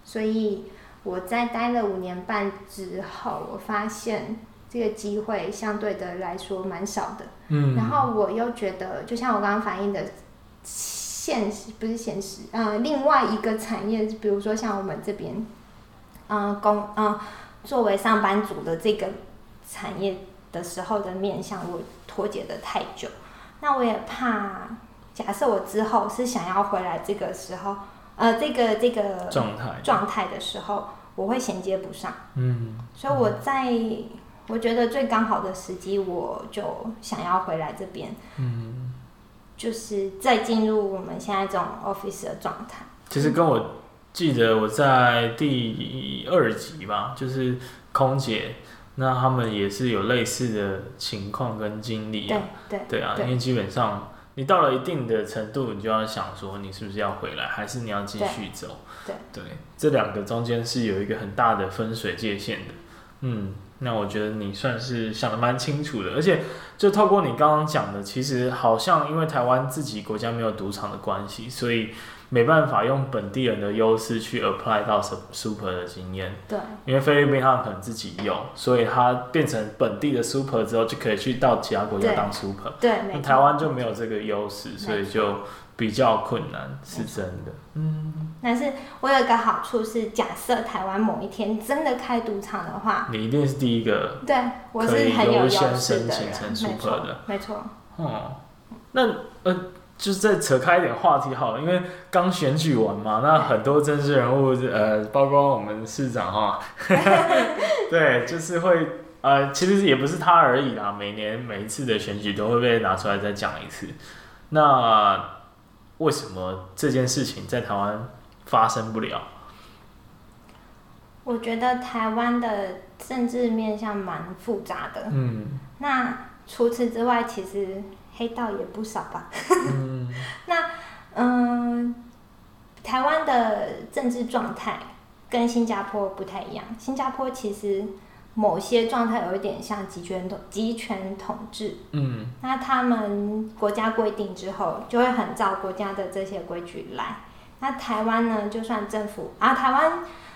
Speaker 2: 所以我在待了五年半之后，我发现这个机会相对的来说蛮少的，
Speaker 3: 嗯
Speaker 2: 然后我又觉得，就像我刚刚反映的，现实不是现实，呃，另外一个产业，比如说像我们这边，呃，工呃，作为上班族的这个产业的时候的面向，我脱节的太久，那我也怕，假设我之后是想要回来这个时候，呃，这个这个
Speaker 3: 状态，
Speaker 2: 状态的时候，我会衔接不上。
Speaker 3: 嗯，
Speaker 2: 所以我在我觉得最刚好的时机，我就想要回来这边，
Speaker 3: 嗯，
Speaker 2: 就是再进入我们现在这种 office 的状态。
Speaker 3: 其实跟我记得我在第二集吧，就是空姐，那他们也是有类似的情况跟经历、
Speaker 2: 对
Speaker 3: 啊。
Speaker 2: 对
Speaker 3: 对啊，
Speaker 2: 对
Speaker 3: 因为基本上你到了一定的程度，你就要想说你是不是要回来，还是你要继续走。
Speaker 2: 对
Speaker 3: 这两个中间是有一个很大的分水界限的。嗯，那我觉得你算是想的蛮清楚的，而且就透过你刚刚讲的，其实好像因为台湾自己国家没有赌场的关系，所以没办法用本地人的优势去 apply 到 sup- super 的经验。
Speaker 2: 对
Speaker 3: 因为菲律宾他们可能自己有，所以他变成本地的 super 之后，就可以去到其他国家
Speaker 2: 对
Speaker 3: 当 super。
Speaker 2: 对，
Speaker 3: 那
Speaker 2: 没
Speaker 3: 台
Speaker 2: 错。
Speaker 3: 湾就没有这个优势，所以就比较困难，是真的。
Speaker 2: 但是我有一个好处是，假设台湾某一天真的开赌场的话，
Speaker 3: 你一定是第一个，
Speaker 2: 对我是很
Speaker 3: 可以
Speaker 2: 有
Speaker 3: 优先
Speaker 2: 优势的
Speaker 3: 申请
Speaker 2: 人
Speaker 3: 成，
Speaker 2: 没
Speaker 3: super
Speaker 2: 错
Speaker 3: 的，
Speaker 2: 没错。
Speaker 3: 哦、那呃，就是再扯开一点话题好了，因为刚选举完嘛，那很多政治人物，呃，包括我们市长 哈，对，就是会呃，其实也不是他而已啦，每年每一次的选举都会被拿出来再讲一次。那为什么这件事情在台湾发生不了？
Speaker 2: 我觉得台湾的政治面向蛮复杂的，
Speaker 3: 嗯
Speaker 2: 那除此之外，其实黑道也不少吧。
Speaker 3: 嗯
Speaker 2: 那嗯、台湾的政治状态跟新加坡不太一样。新加坡其实某些状态有一点像集权统集权统治，
Speaker 3: 嗯
Speaker 2: 那他们国家规定之后，就会很照国家的这些规矩来。那台湾呢，就算政府啊，台湾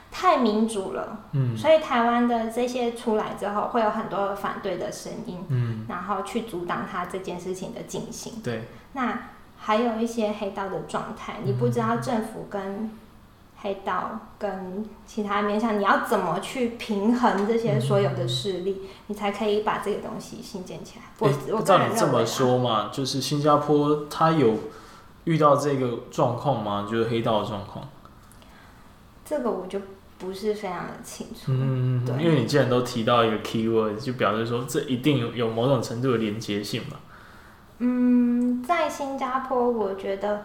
Speaker 2: 太民主了，
Speaker 3: 嗯
Speaker 2: 所以台湾的这些出来之后，会有很多反对的声音，
Speaker 3: 嗯，
Speaker 2: 然后去阻挡它这件事情的进行。
Speaker 3: 对。嗯
Speaker 2: 那还有一些黑道的状态，你不知道政府跟黑道跟其他面向，你要怎么去平衡这些所有的势力，你才可以把这个东西新建起来。我、
Speaker 3: 欸
Speaker 2: 我个
Speaker 3: 照
Speaker 2: 人
Speaker 3: 你这
Speaker 2: 认为
Speaker 3: 么
Speaker 2: 啊，
Speaker 3: 说嘛，就是新加坡它有遇到这个状况吗？就是黑道的状况。
Speaker 2: 这个我就不是非常的清楚。
Speaker 3: 嗯，
Speaker 2: 对
Speaker 3: 因为你既然都提到一个 keyword，就表示说这一定有有某种程度的连结性嘛。
Speaker 2: 嗯，在新加坡，我觉得，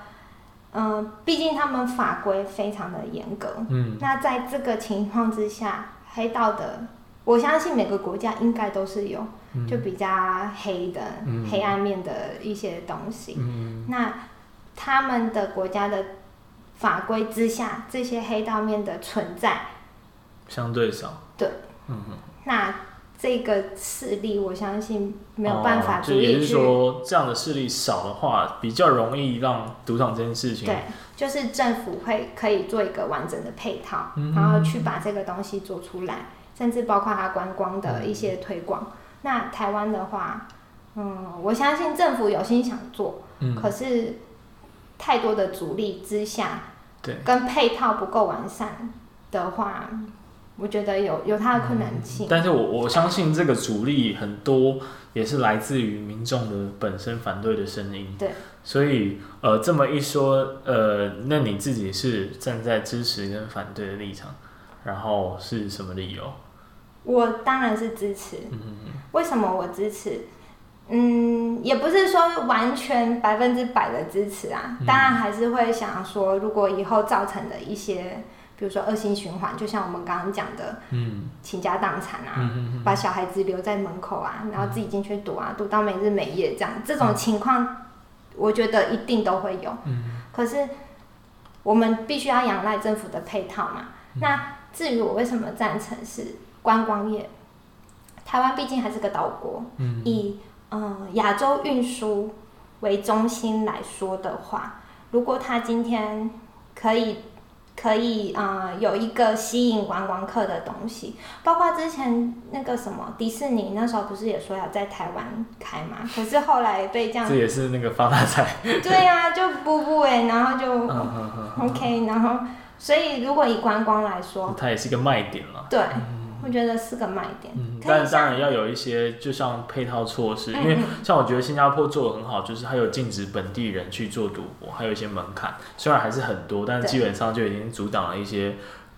Speaker 2: 嗯、毕竟他们法规非常的严格，
Speaker 3: 嗯
Speaker 2: 那在这个情况之下，黑道的，我相信每个国家应该都是有，
Speaker 3: 嗯
Speaker 2: 就比较黑的、
Speaker 3: 嗯
Speaker 2: 黑暗面的一些东西。
Speaker 3: 嗯
Speaker 2: 那他们的国家的法规之下，这些黑道面的存在，
Speaker 3: 相对少。
Speaker 2: 对，
Speaker 3: 嗯哼。
Speaker 2: 那这个势力，我相信没有办法
Speaker 3: 哦
Speaker 2: 足
Speaker 3: 就也
Speaker 2: 以
Speaker 3: 是
Speaker 2: 去、
Speaker 3: 说，这样的势力少的话，比较容易让赌场这件事情
Speaker 2: 对，就是政府会可以做一个完整的配套，
Speaker 3: 嗯
Speaker 2: 然后去把这个东西做出来，甚至包括它观光的一些推广。那台湾的话，嗯，我相信政府有心想做，
Speaker 3: 嗯
Speaker 2: 可是太多的阻力之下，
Speaker 3: 对，
Speaker 2: 跟配套不够完善的话，我觉得有有它的困难性。
Speaker 3: 但是我我相信这个阻力很多也是来自于民众的本身反对的声音。
Speaker 2: 对，
Speaker 3: 所以呃，这么一说，呃，那你自己是站在支持跟反对的立场，然后是什么理由？
Speaker 2: 我当然是支持。
Speaker 3: 嗯
Speaker 2: 为什么我支持？嗯，也不是说完全百分之百的支持啊，
Speaker 3: 嗯
Speaker 2: 当然还是会想说，如果以后造成的一些，比如说恶性循环，就像我们刚刚讲的
Speaker 3: 嗯
Speaker 2: 倾家荡产啊，
Speaker 3: 嗯嗯
Speaker 2: 把小孩子留在门口啊，然后自己进去躲啊，躲到没日没夜这样，这种情况，我觉得一定都会有。
Speaker 3: 嗯
Speaker 2: 可是我们必须要仰赖政府的配套嘛。
Speaker 3: 嗯
Speaker 2: 那至于我为什么赞成是观光业，台湾毕竟还是个岛国，
Speaker 3: 嗯
Speaker 2: 以嗯亚、洲运输为中心来说的话，如果它今天可以。可以啊、呃有一个吸引观光客的东西，包括之前那个什么迪士尼，那时候不是也说要在台湾开嘛？可是后来被这样
Speaker 3: 这也是那个发大财。
Speaker 2: 对呀、就步步哎，然后就
Speaker 3: 嗯嗯嗯嗯
Speaker 2: OK，然后所以如果以观光来
Speaker 3: 嗯，
Speaker 2: 说，
Speaker 3: 它也是一个卖点了。
Speaker 2: 对，我觉得是个卖点，
Speaker 3: 嗯，
Speaker 2: 可以
Speaker 3: 但当
Speaker 2: 像
Speaker 3: 然要有一些，就像配套措施，
Speaker 2: 嗯
Speaker 3: 因为像我觉得新加坡做的很好，就是它有禁止本地人去做赌博，还有一些门槛，虽然还是很多，但
Speaker 2: 对
Speaker 3: 基本上就已经阻挡了一些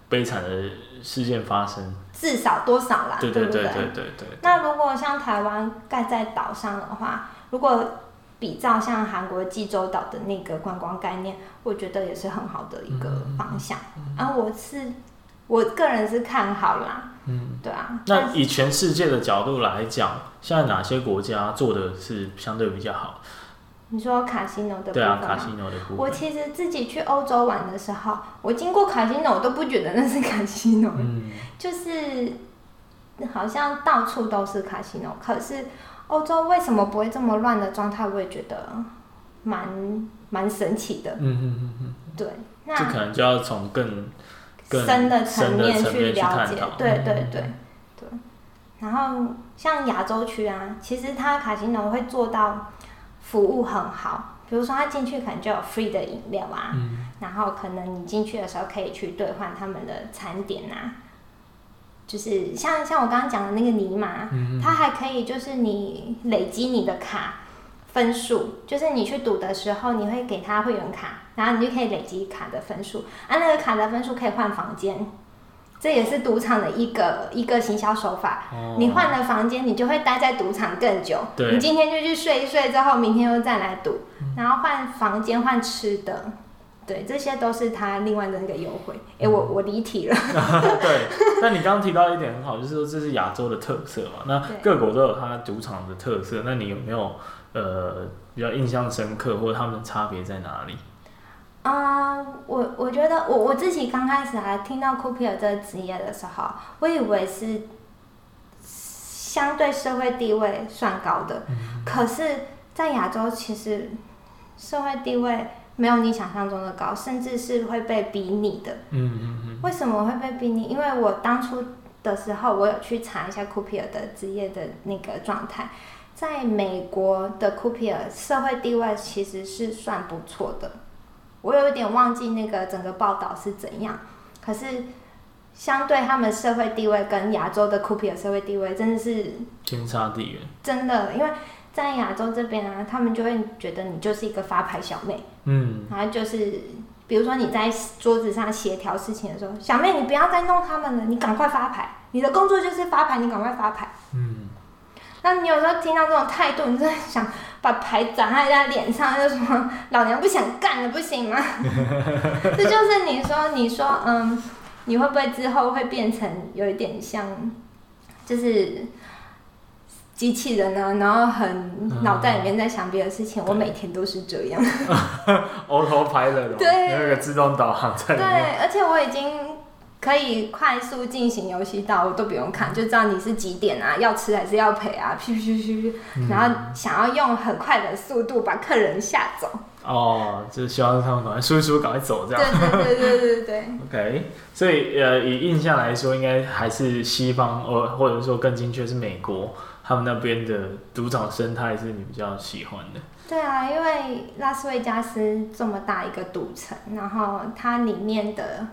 Speaker 3: 悲惨的事件发生。
Speaker 2: 至少多少啦，
Speaker 3: 对
Speaker 2: 对
Speaker 3: 对
Speaker 2: 不
Speaker 3: 对对对对。
Speaker 2: 那如果像台湾盖在岛上的话，如果比照像韩国济州岛的那个观光概念，我觉得也是很好的一
Speaker 3: 嗯
Speaker 2: 个方向。啊，我是我个人是看好啦，
Speaker 3: 嗯，
Speaker 2: 对啊。但
Speaker 3: 那以全世界的角度来讲，现在哪些国家做的是相对比较好？
Speaker 2: 你说卡西诺的部
Speaker 3: 对
Speaker 2: 分
Speaker 3: 啊，
Speaker 2: 吗？
Speaker 3: 卡西诺的部
Speaker 2: 我
Speaker 3: 分。
Speaker 2: 其实自己去欧洲玩的时候，我经过卡西诺，我都不觉得那是卡西诺，
Speaker 3: 嗯
Speaker 2: 就是好像到处都是卡西诺。可是欧洲为什么不会这么乱的状态？我也觉得蛮蛮神奇的
Speaker 3: 嗯。嗯嗯嗯，
Speaker 2: 对，
Speaker 3: 这
Speaker 2: 那
Speaker 3: 可能就要从 更更
Speaker 2: 深的层
Speaker 3: 深的
Speaker 2: 面
Speaker 3: 层
Speaker 2: 去
Speaker 3: 面去
Speaker 2: 了
Speaker 3: 探
Speaker 2: 解
Speaker 3: 讨。，嗯
Speaker 2: 对对对对。然后像亚洲区啊，其实它卡西诺会做到服务很好，比如说它进去可能就有 free 的饮料啊，
Speaker 3: 嗯
Speaker 2: 然后可能你进去的时候可以去兑换他们的餐点啊，就是像像我刚刚讲的那个尼玛，
Speaker 3: 嗯
Speaker 2: 它还可以就是你累积你的卡分数，就是你去赌的时候你会给他会员卡，然后你就可以累积卡的分数，啊那个卡的分数可以换房间，这也是赌场的一个一个行销手法。
Speaker 3: 哦
Speaker 2: 你换了房间，你就会待在赌场更久。
Speaker 3: 对嗯
Speaker 2: 你今天就去睡一睡，之后明天又再来赌，然后换房间换吃的，对，这些都是他另外的那个优惠。哎、我
Speaker 3: 嗯
Speaker 2: 我离题了，
Speaker 3: 对，但你刚刚提到一点很好，就是说这是亚洲的特色嘛，那
Speaker 2: 对
Speaker 3: 各国都有它主场的特色，那你有没有呃比较印象深刻，或者他们的差别在哪里？
Speaker 2: 啊、我我觉得我我自己刚开始还听到 cooper 这个职业的时候，我以为是相对社会地位算高的，
Speaker 3: 嗯
Speaker 2: 可是，在亚洲其实社会地位没有你想象中的高，甚至是会被比拟的。
Speaker 3: 嗯嗯嗯，
Speaker 2: 为什么会被逼你？因为我当初的时候，我有去查一下 Cooper 的职业的那个状态，在美国的 Cooper 社会地位其实是算不错的，我有一点忘记那个整个报道是怎样，可是。相对他们社会地位跟亚洲的 Cooper 社会地位真的是
Speaker 3: 天差地远。
Speaker 2: 真的，因为在亚洲这边啊，他们就会觉得你就是一个发牌小妹，
Speaker 3: 嗯
Speaker 2: 然后就是比如说你在桌子上协调事情的时候，小妹你不要再弄他们了，你赶快发牌，你的工作就是发牌，你赶快发牌。
Speaker 4: 嗯，
Speaker 2: 那你有时候听到这种态度，你真的想把牌砸在人家脸上，就说老娘不想干了，不行吗？ 这就是你说，你说，嗯，你会不会之后会变成有一点像，就是机器人啊，然后很脑袋里面在想别的事情，我每天都是这样。
Speaker 3: autopilot 哦
Speaker 2: 对
Speaker 3: 有一个自动导航在里
Speaker 2: 对
Speaker 3: 面。，
Speaker 2: 而且我已经可以快速进行游戏到，我都不用看，就知道你是几点啊，要吃还是要赔啊，噗噗噗噗，然后想要用很快的速度把客人吓走。
Speaker 3: 哦，就是希望他们赶快叔叔赶快走这
Speaker 2: 对啊
Speaker 3: 样。
Speaker 2: 对对对对对
Speaker 3: OK，所以呃，以印象来说，应该还是西方，呃，或者说更精确是美国，他们那边的赌场生态是你比较喜欢的。
Speaker 2: 对啊！因为拉斯维加斯这么大一个赌城，然后它里面的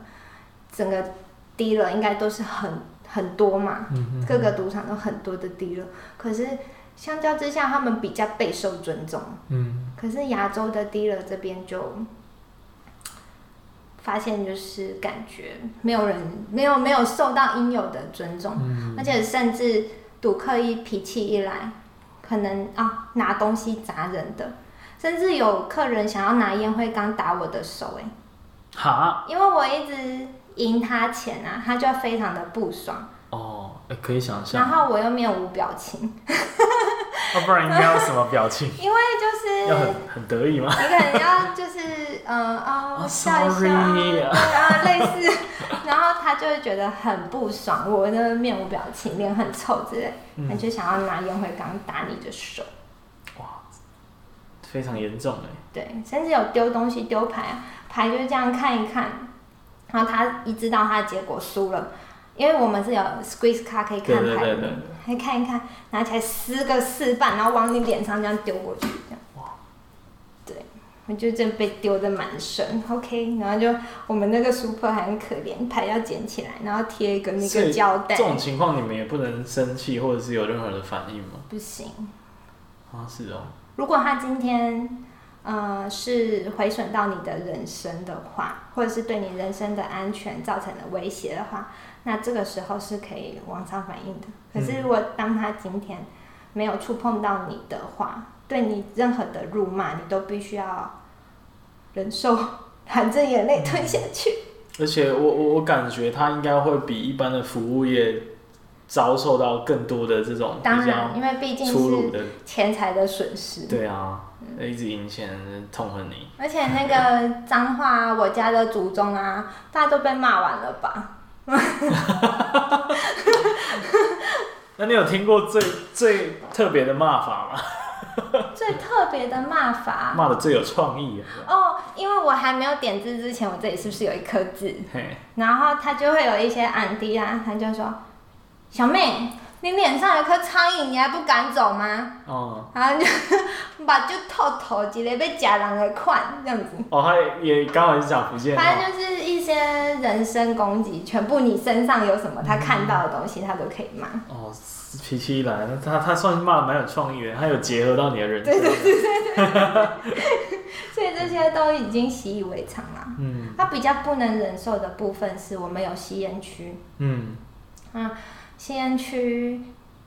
Speaker 2: 整个 dealer 应该都是很很多嘛，
Speaker 3: 嗯哼
Speaker 2: 各个赌场都很多的 dealer，可是相较之下，他们比较备受尊重。
Speaker 3: 嗯，
Speaker 2: 可是亚洲的 dealer 这边就发现，就是感觉没有人没有没有受到应有的尊重，
Speaker 3: 嗯
Speaker 2: 而且甚至赌客一脾气一来，可能啊拿东西砸人的，甚至有客人想要拿烟灰缸打我的手、欸，
Speaker 3: 哈，
Speaker 2: 因为我一直赢他钱啊，他就非常的不爽，
Speaker 3: 哦，欸可以想
Speaker 2: 然
Speaker 3: 象，
Speaker 2: 后我又面无表情，
Speaker 3: 要、不然应该要什么表情？
Speaker 2: 因为就是
Speaker 3: 要很很得意吗？
Speaker 2: 你可能要就是嗯哦
Speaker 3: Oh,
Speaker 2: 笑一笑，
Speaker 3: sorry
Speaker 2: 对啊类似， 然后他就会觉得很不爽，我的面无表情，脸很臭之类，
Speaker 3: 嗯
Speaker 2: 他就想要拿烟灰缸打你的手，
Speaker 3: 非常严重 哎。
Speaker 2: 对，甚至有丢东西丢牌啊，牌就这样看一看，然后他一知道他的结果输了。因为我们是有 squeeze 卡可以看
Speaker 3: 对对
Speaker 2: 牌
Speaker 3: 对
Speaker 2: 的
Speaker 3: 对，
Speaker 2: 还看一看，拿起来撕个四瓣，然后往你脸上这样丢过去，这样。对，我就真被丢的蛮深。OK，然后就我们那个 super 还很可怜，牌要捡起来，然后贴一个那
Speaker 3: 所
Speaker 2: 个
Speaker 3: 以
Speaker 2: 胶带
Speaker 3: 这，种情况你们也不能生气，或者是有任何的反应吗？
Speaker 2: 不行。
Speaker 3: 啊，是哦，
Speaker 2: 如果他今天呃是毁损到你的人生的话，或者是对你人身的安全造成的威胁的话，那这个时候是可以往上反应的。
Speaker 3: 嗯
Speaker 2: 可是如果当他今天没有触碰到你的话，对你任何的辱骂，你都必须要忍受，含着眼泪吞下去。
Speaker 3: 而且我我我感觉他应该会比一般的服务业遭受到更多的这种
Speaker 2: 当
Speaker 3: 嗯比
Speaker 2: 然，
Speaker 3: 较
Speaker 2: 因为毕竟
Speaker 3: 粗鲁
Speaker 2: 是
Speaker 3: 的，
Speaker 2: 钱财的损失。
Speaker 3: 对啊，一直引起人痛恨你。
Speaker 2: 而且那个脏话、啊，我家的祖宗啊，大家都被骂完了吧？
Speaker 3: 那你有听过最最特别的骂法吗？
Speaker 2: 最特别的骂法
Speaker 3: 骂的最有创意啊的，
Speaker 2: 哦，因为我还没有点字之前，我这里是不是有一颗痣？
Speaker 3: 嘿，
Speaker 2: 然后他就会有一些俺弟啊，他就说：“小妹，你脸上有颗苍蝇，你还不赶走吗
Speaker 3: 哦、？”
Speaker 2: 然后就 目睭透透，一个被假人的款这样子。
Speaker 3: 哦，他也刚好是讲福建
Speaker 2: 反
Speaker 3: 话，
Speaker 2: 正就是一些人身攻击，全部你身上有什么他看到的东西，他都可以骂。
Speaker 3: 哦，脾气一来，那他他算是骂的蛮有创意的，他有结合到你的人生，
Speaker 2: 所以这些都已经习以为常了。
Speaker 3: 嗯
Speaker 2: 他比较不能忍受的部分是我们有吸烟区，
Speaker 3: 嗯，
Speaker 2: 吸烟区，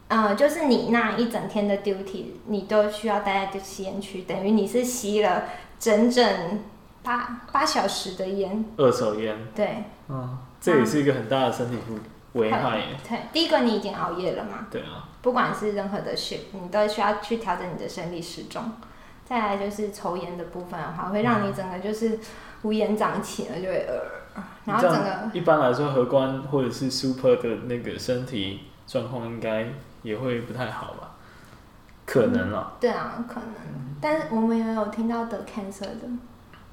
Speaker 2: 啊呃，就是你那一整天的 duty，你都需要待在吸烟区，等于你是吸了整整八八小时的烟。
Speaker 3: 二手烟，
Speaker 2: 对，
Speaker 3: 嗯，这也是一个很大的身体负危害耶，
Speaker 2: 对，第一个你已经熬夜了嘛，
Speaker 3: 对啊，
Speaker 2: 不管是任何的 shift，你都需要去调整你的生理时钟。再来就是抽烟的部分的话，会让你整个就是乌烟瘴气了，就会呃，然后
Speaker 3: 这
Speaker 2: 整
Speaker 3: 样
Speaker 2: 个
Speaker 3: 一般来说，荷官或者是 super 的那个身体状况应该也会不太好吧？可能啊，
Speaker 2: 对啊，可能。但是我们也有听到得 cancer 的，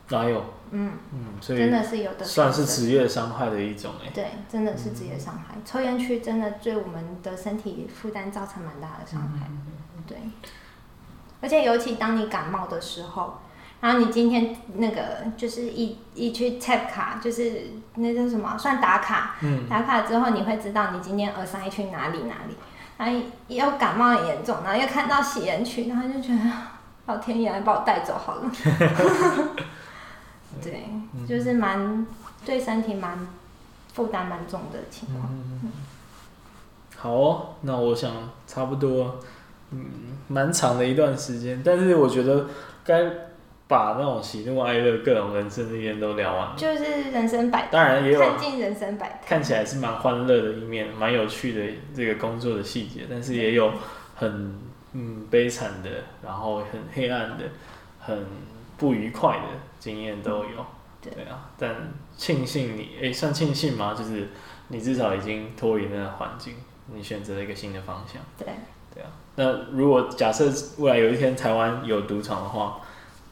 Speaker 3: 哪有？
Speaker 2: 嗯，
Speaker 3: 哎嗯，所
Speaker 2: 真
Speaker 3: 以
Speaker 2: 的是有的，
Speaker 3: 算是职业伤害的一种哎。
Speaker 2: 对，真的是职业伤害。抽烟区真的对我们的身体负担造成蛮大的伤害，
Speaker 3: 嗯
Speaker 2: 对。而且尤其当你感冒的时候，然后你今天那个就是一一去 tap 卡，就是那叫什么算打卡，
Speaker 3: 嗯，
Speaker 2: 打卡之后你会知道你今天耳塞去哪里哪里，然后又感冒很严重，然后又看到吸 烟区，然后就觉得老天爷来把我带走好了。 对，
Speaker 3: 嗯
Speaker 2: 就是蛮对身体蛮负担蛮重的情况。
Speaker 3: 好、哦，那我想差不多，嗯，蛮长的一段时间，但是我觉得该把那种喜怒哀乐、各种人生历练都聊完了。
Speaker 2: 就是人生百态，
Speaker 3: 当然嗯也有啊
Speaker 2: 看尽人生百态。
Speaker 3: 看起来是蛮欢乐的一面，蛮有趣的这个工作的细节，但是也有很嗯悲惨的，然后很黑暗的，很不愉快的经验都有。
Speaker 2: 嗯对
Speaker 3: 对啊，但庆幸你，诶，算庆幸吗？就是你至少已经脱离那个环境，你选择了一个新的方向。
Speaker 2: 对，
Speaker 3: 对啊，那如果假设未来有一天台湾有赌场的话，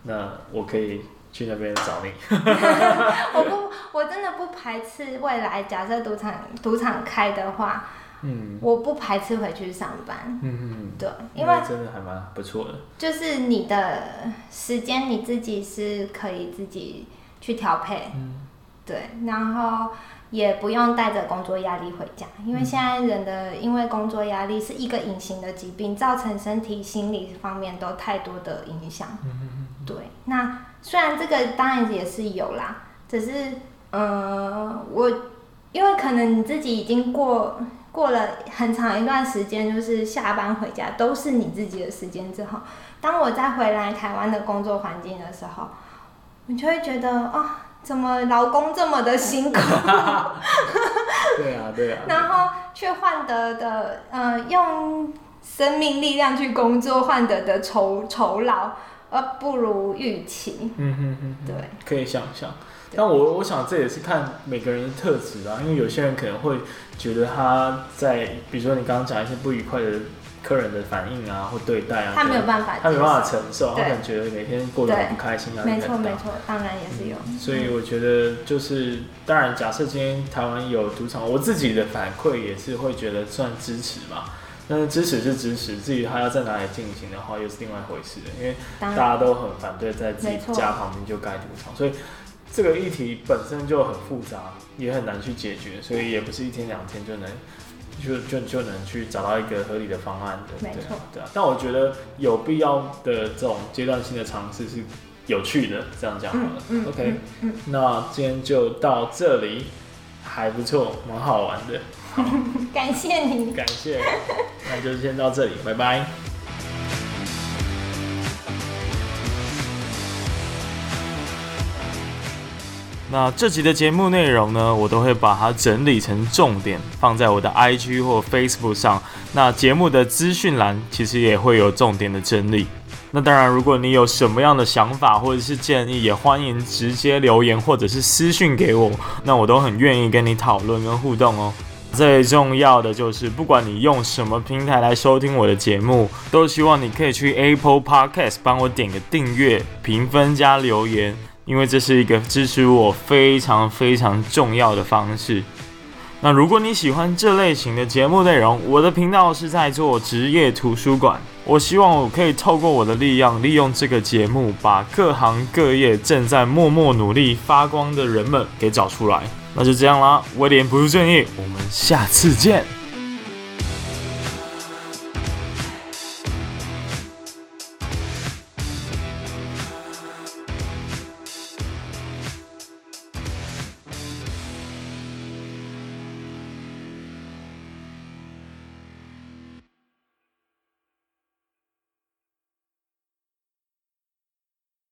Speaker 3: 那我可以去那边找你。
Speaker 2: 我不，我真的不排斥未来。假设赌场赌场开的话，
Speaker 3: 嗯
Speaker 2: 我不排斥回去上班。
Speaker 3: 嗯嗯，
Speaker 2: 对，因
Speaker 3: 因
Speaker 2: 为
Speaker 3: 为真的还蛮不错的。
Speaker 2: 就是你的时间你自己是可以自己去调配，
Speaker 3: 嗯
Speaker 2: 对，然后也不用带着工作压力回家，因为现在人的因为工作压力是一个隐形的疾病，造成身体、心理方面都太多的影响。对，那虽然这个当然也是有啦，只是呃，我因为可能你自己已经过过了很长一段时间，就是下班回家都是你自己的时间之后，当我再回来台湾的工作环境的时候，你就会觉得哦，怎么劳工这么的辛苦？
Speaker 3: 对啊，对啊。
Speaker 2: 然后却换得的，呃，用生命力量去工作换得的酬酬劳，而不如预期。
Speaker 3: 嗯哼哼哼，
Speaker 2: 对，
Speaker 3: 可以想象。但我我想这也是看每个人的特质啊啦，因为有些人可能会觉得他在，比如说你刚刚讲一些不愉快的客人的反应啊，或对待啊，
Speaker 2: 他没有办法接受，
Speaker 3: 他没办法承受，他
Speaker 2: 对
Speaker 3: 可能觉得每天过得很不开心啊，
Speaker 2: 没
Speaker 3: 压力
Speaker 2: 错
Speaker 3: 很大
Speaker 2: 没错，当然也是有。
Speaker 3: 所以我觉得就是，当然，假设今天台湾有赌场，我自己的反馈也是会觉得算支持嘛。但是支持是支持，至于他要在哪里进行的话，又是另外一回事了。因为
Speaker 2: 当
Speaker 3: 大
Speaker 2: 然，
Speaker 3: 家都很反对在自己
Speaker 2: 没错
Speaker 3: 家旁边就盖赌场，所以这个议题本身就很复杂，也很难去解决，所以也不是一天两天就能就就就能去找到一个合理的方案的。
Speaker 2: 没
Speaker 3: 对啊
Speaker 2: 错
Speaker 3: 对啊。但我觉得有必要的这种阶段性的尝试是有趣的，这样讲好了。
Speaker 2: 嗯嗯
Speaker 3: OK，、
Speaker 2: 嗯
Speaker 3: 那今天就到这里，还不错，蛮好玩的，
Speaker 2: 嗯感谢你，
Speaker 3: 感谢。 那就先到这里，拜拜。
Speaker 4: 那这集的节目内容呢，我都会把它整理成重点，放在我的 IG 或 Facebook 上。那节目的资讯栏其实也会有重点的整理。那当然，如果你有什么样的想法或者是建议，也欢迎直接留言或者是私讯给我，那我都很愿意跟你讨论跟互动哦。最重要的就是，不管你用什么平台来收听我的节目，都希望你可以去 Apple Podcast 帮我点个订阅、评分加留言，因为这是一个支持我非常非常重要的方式。那如果你喜欢这类型的节目内容，我的频道是在做职业图书馆。我希望我可以透过我的力量，利用这个节目，把各行各业正在默默努力发光的人们给找出来。那就这样啦，威廉不务正业，我们下次见。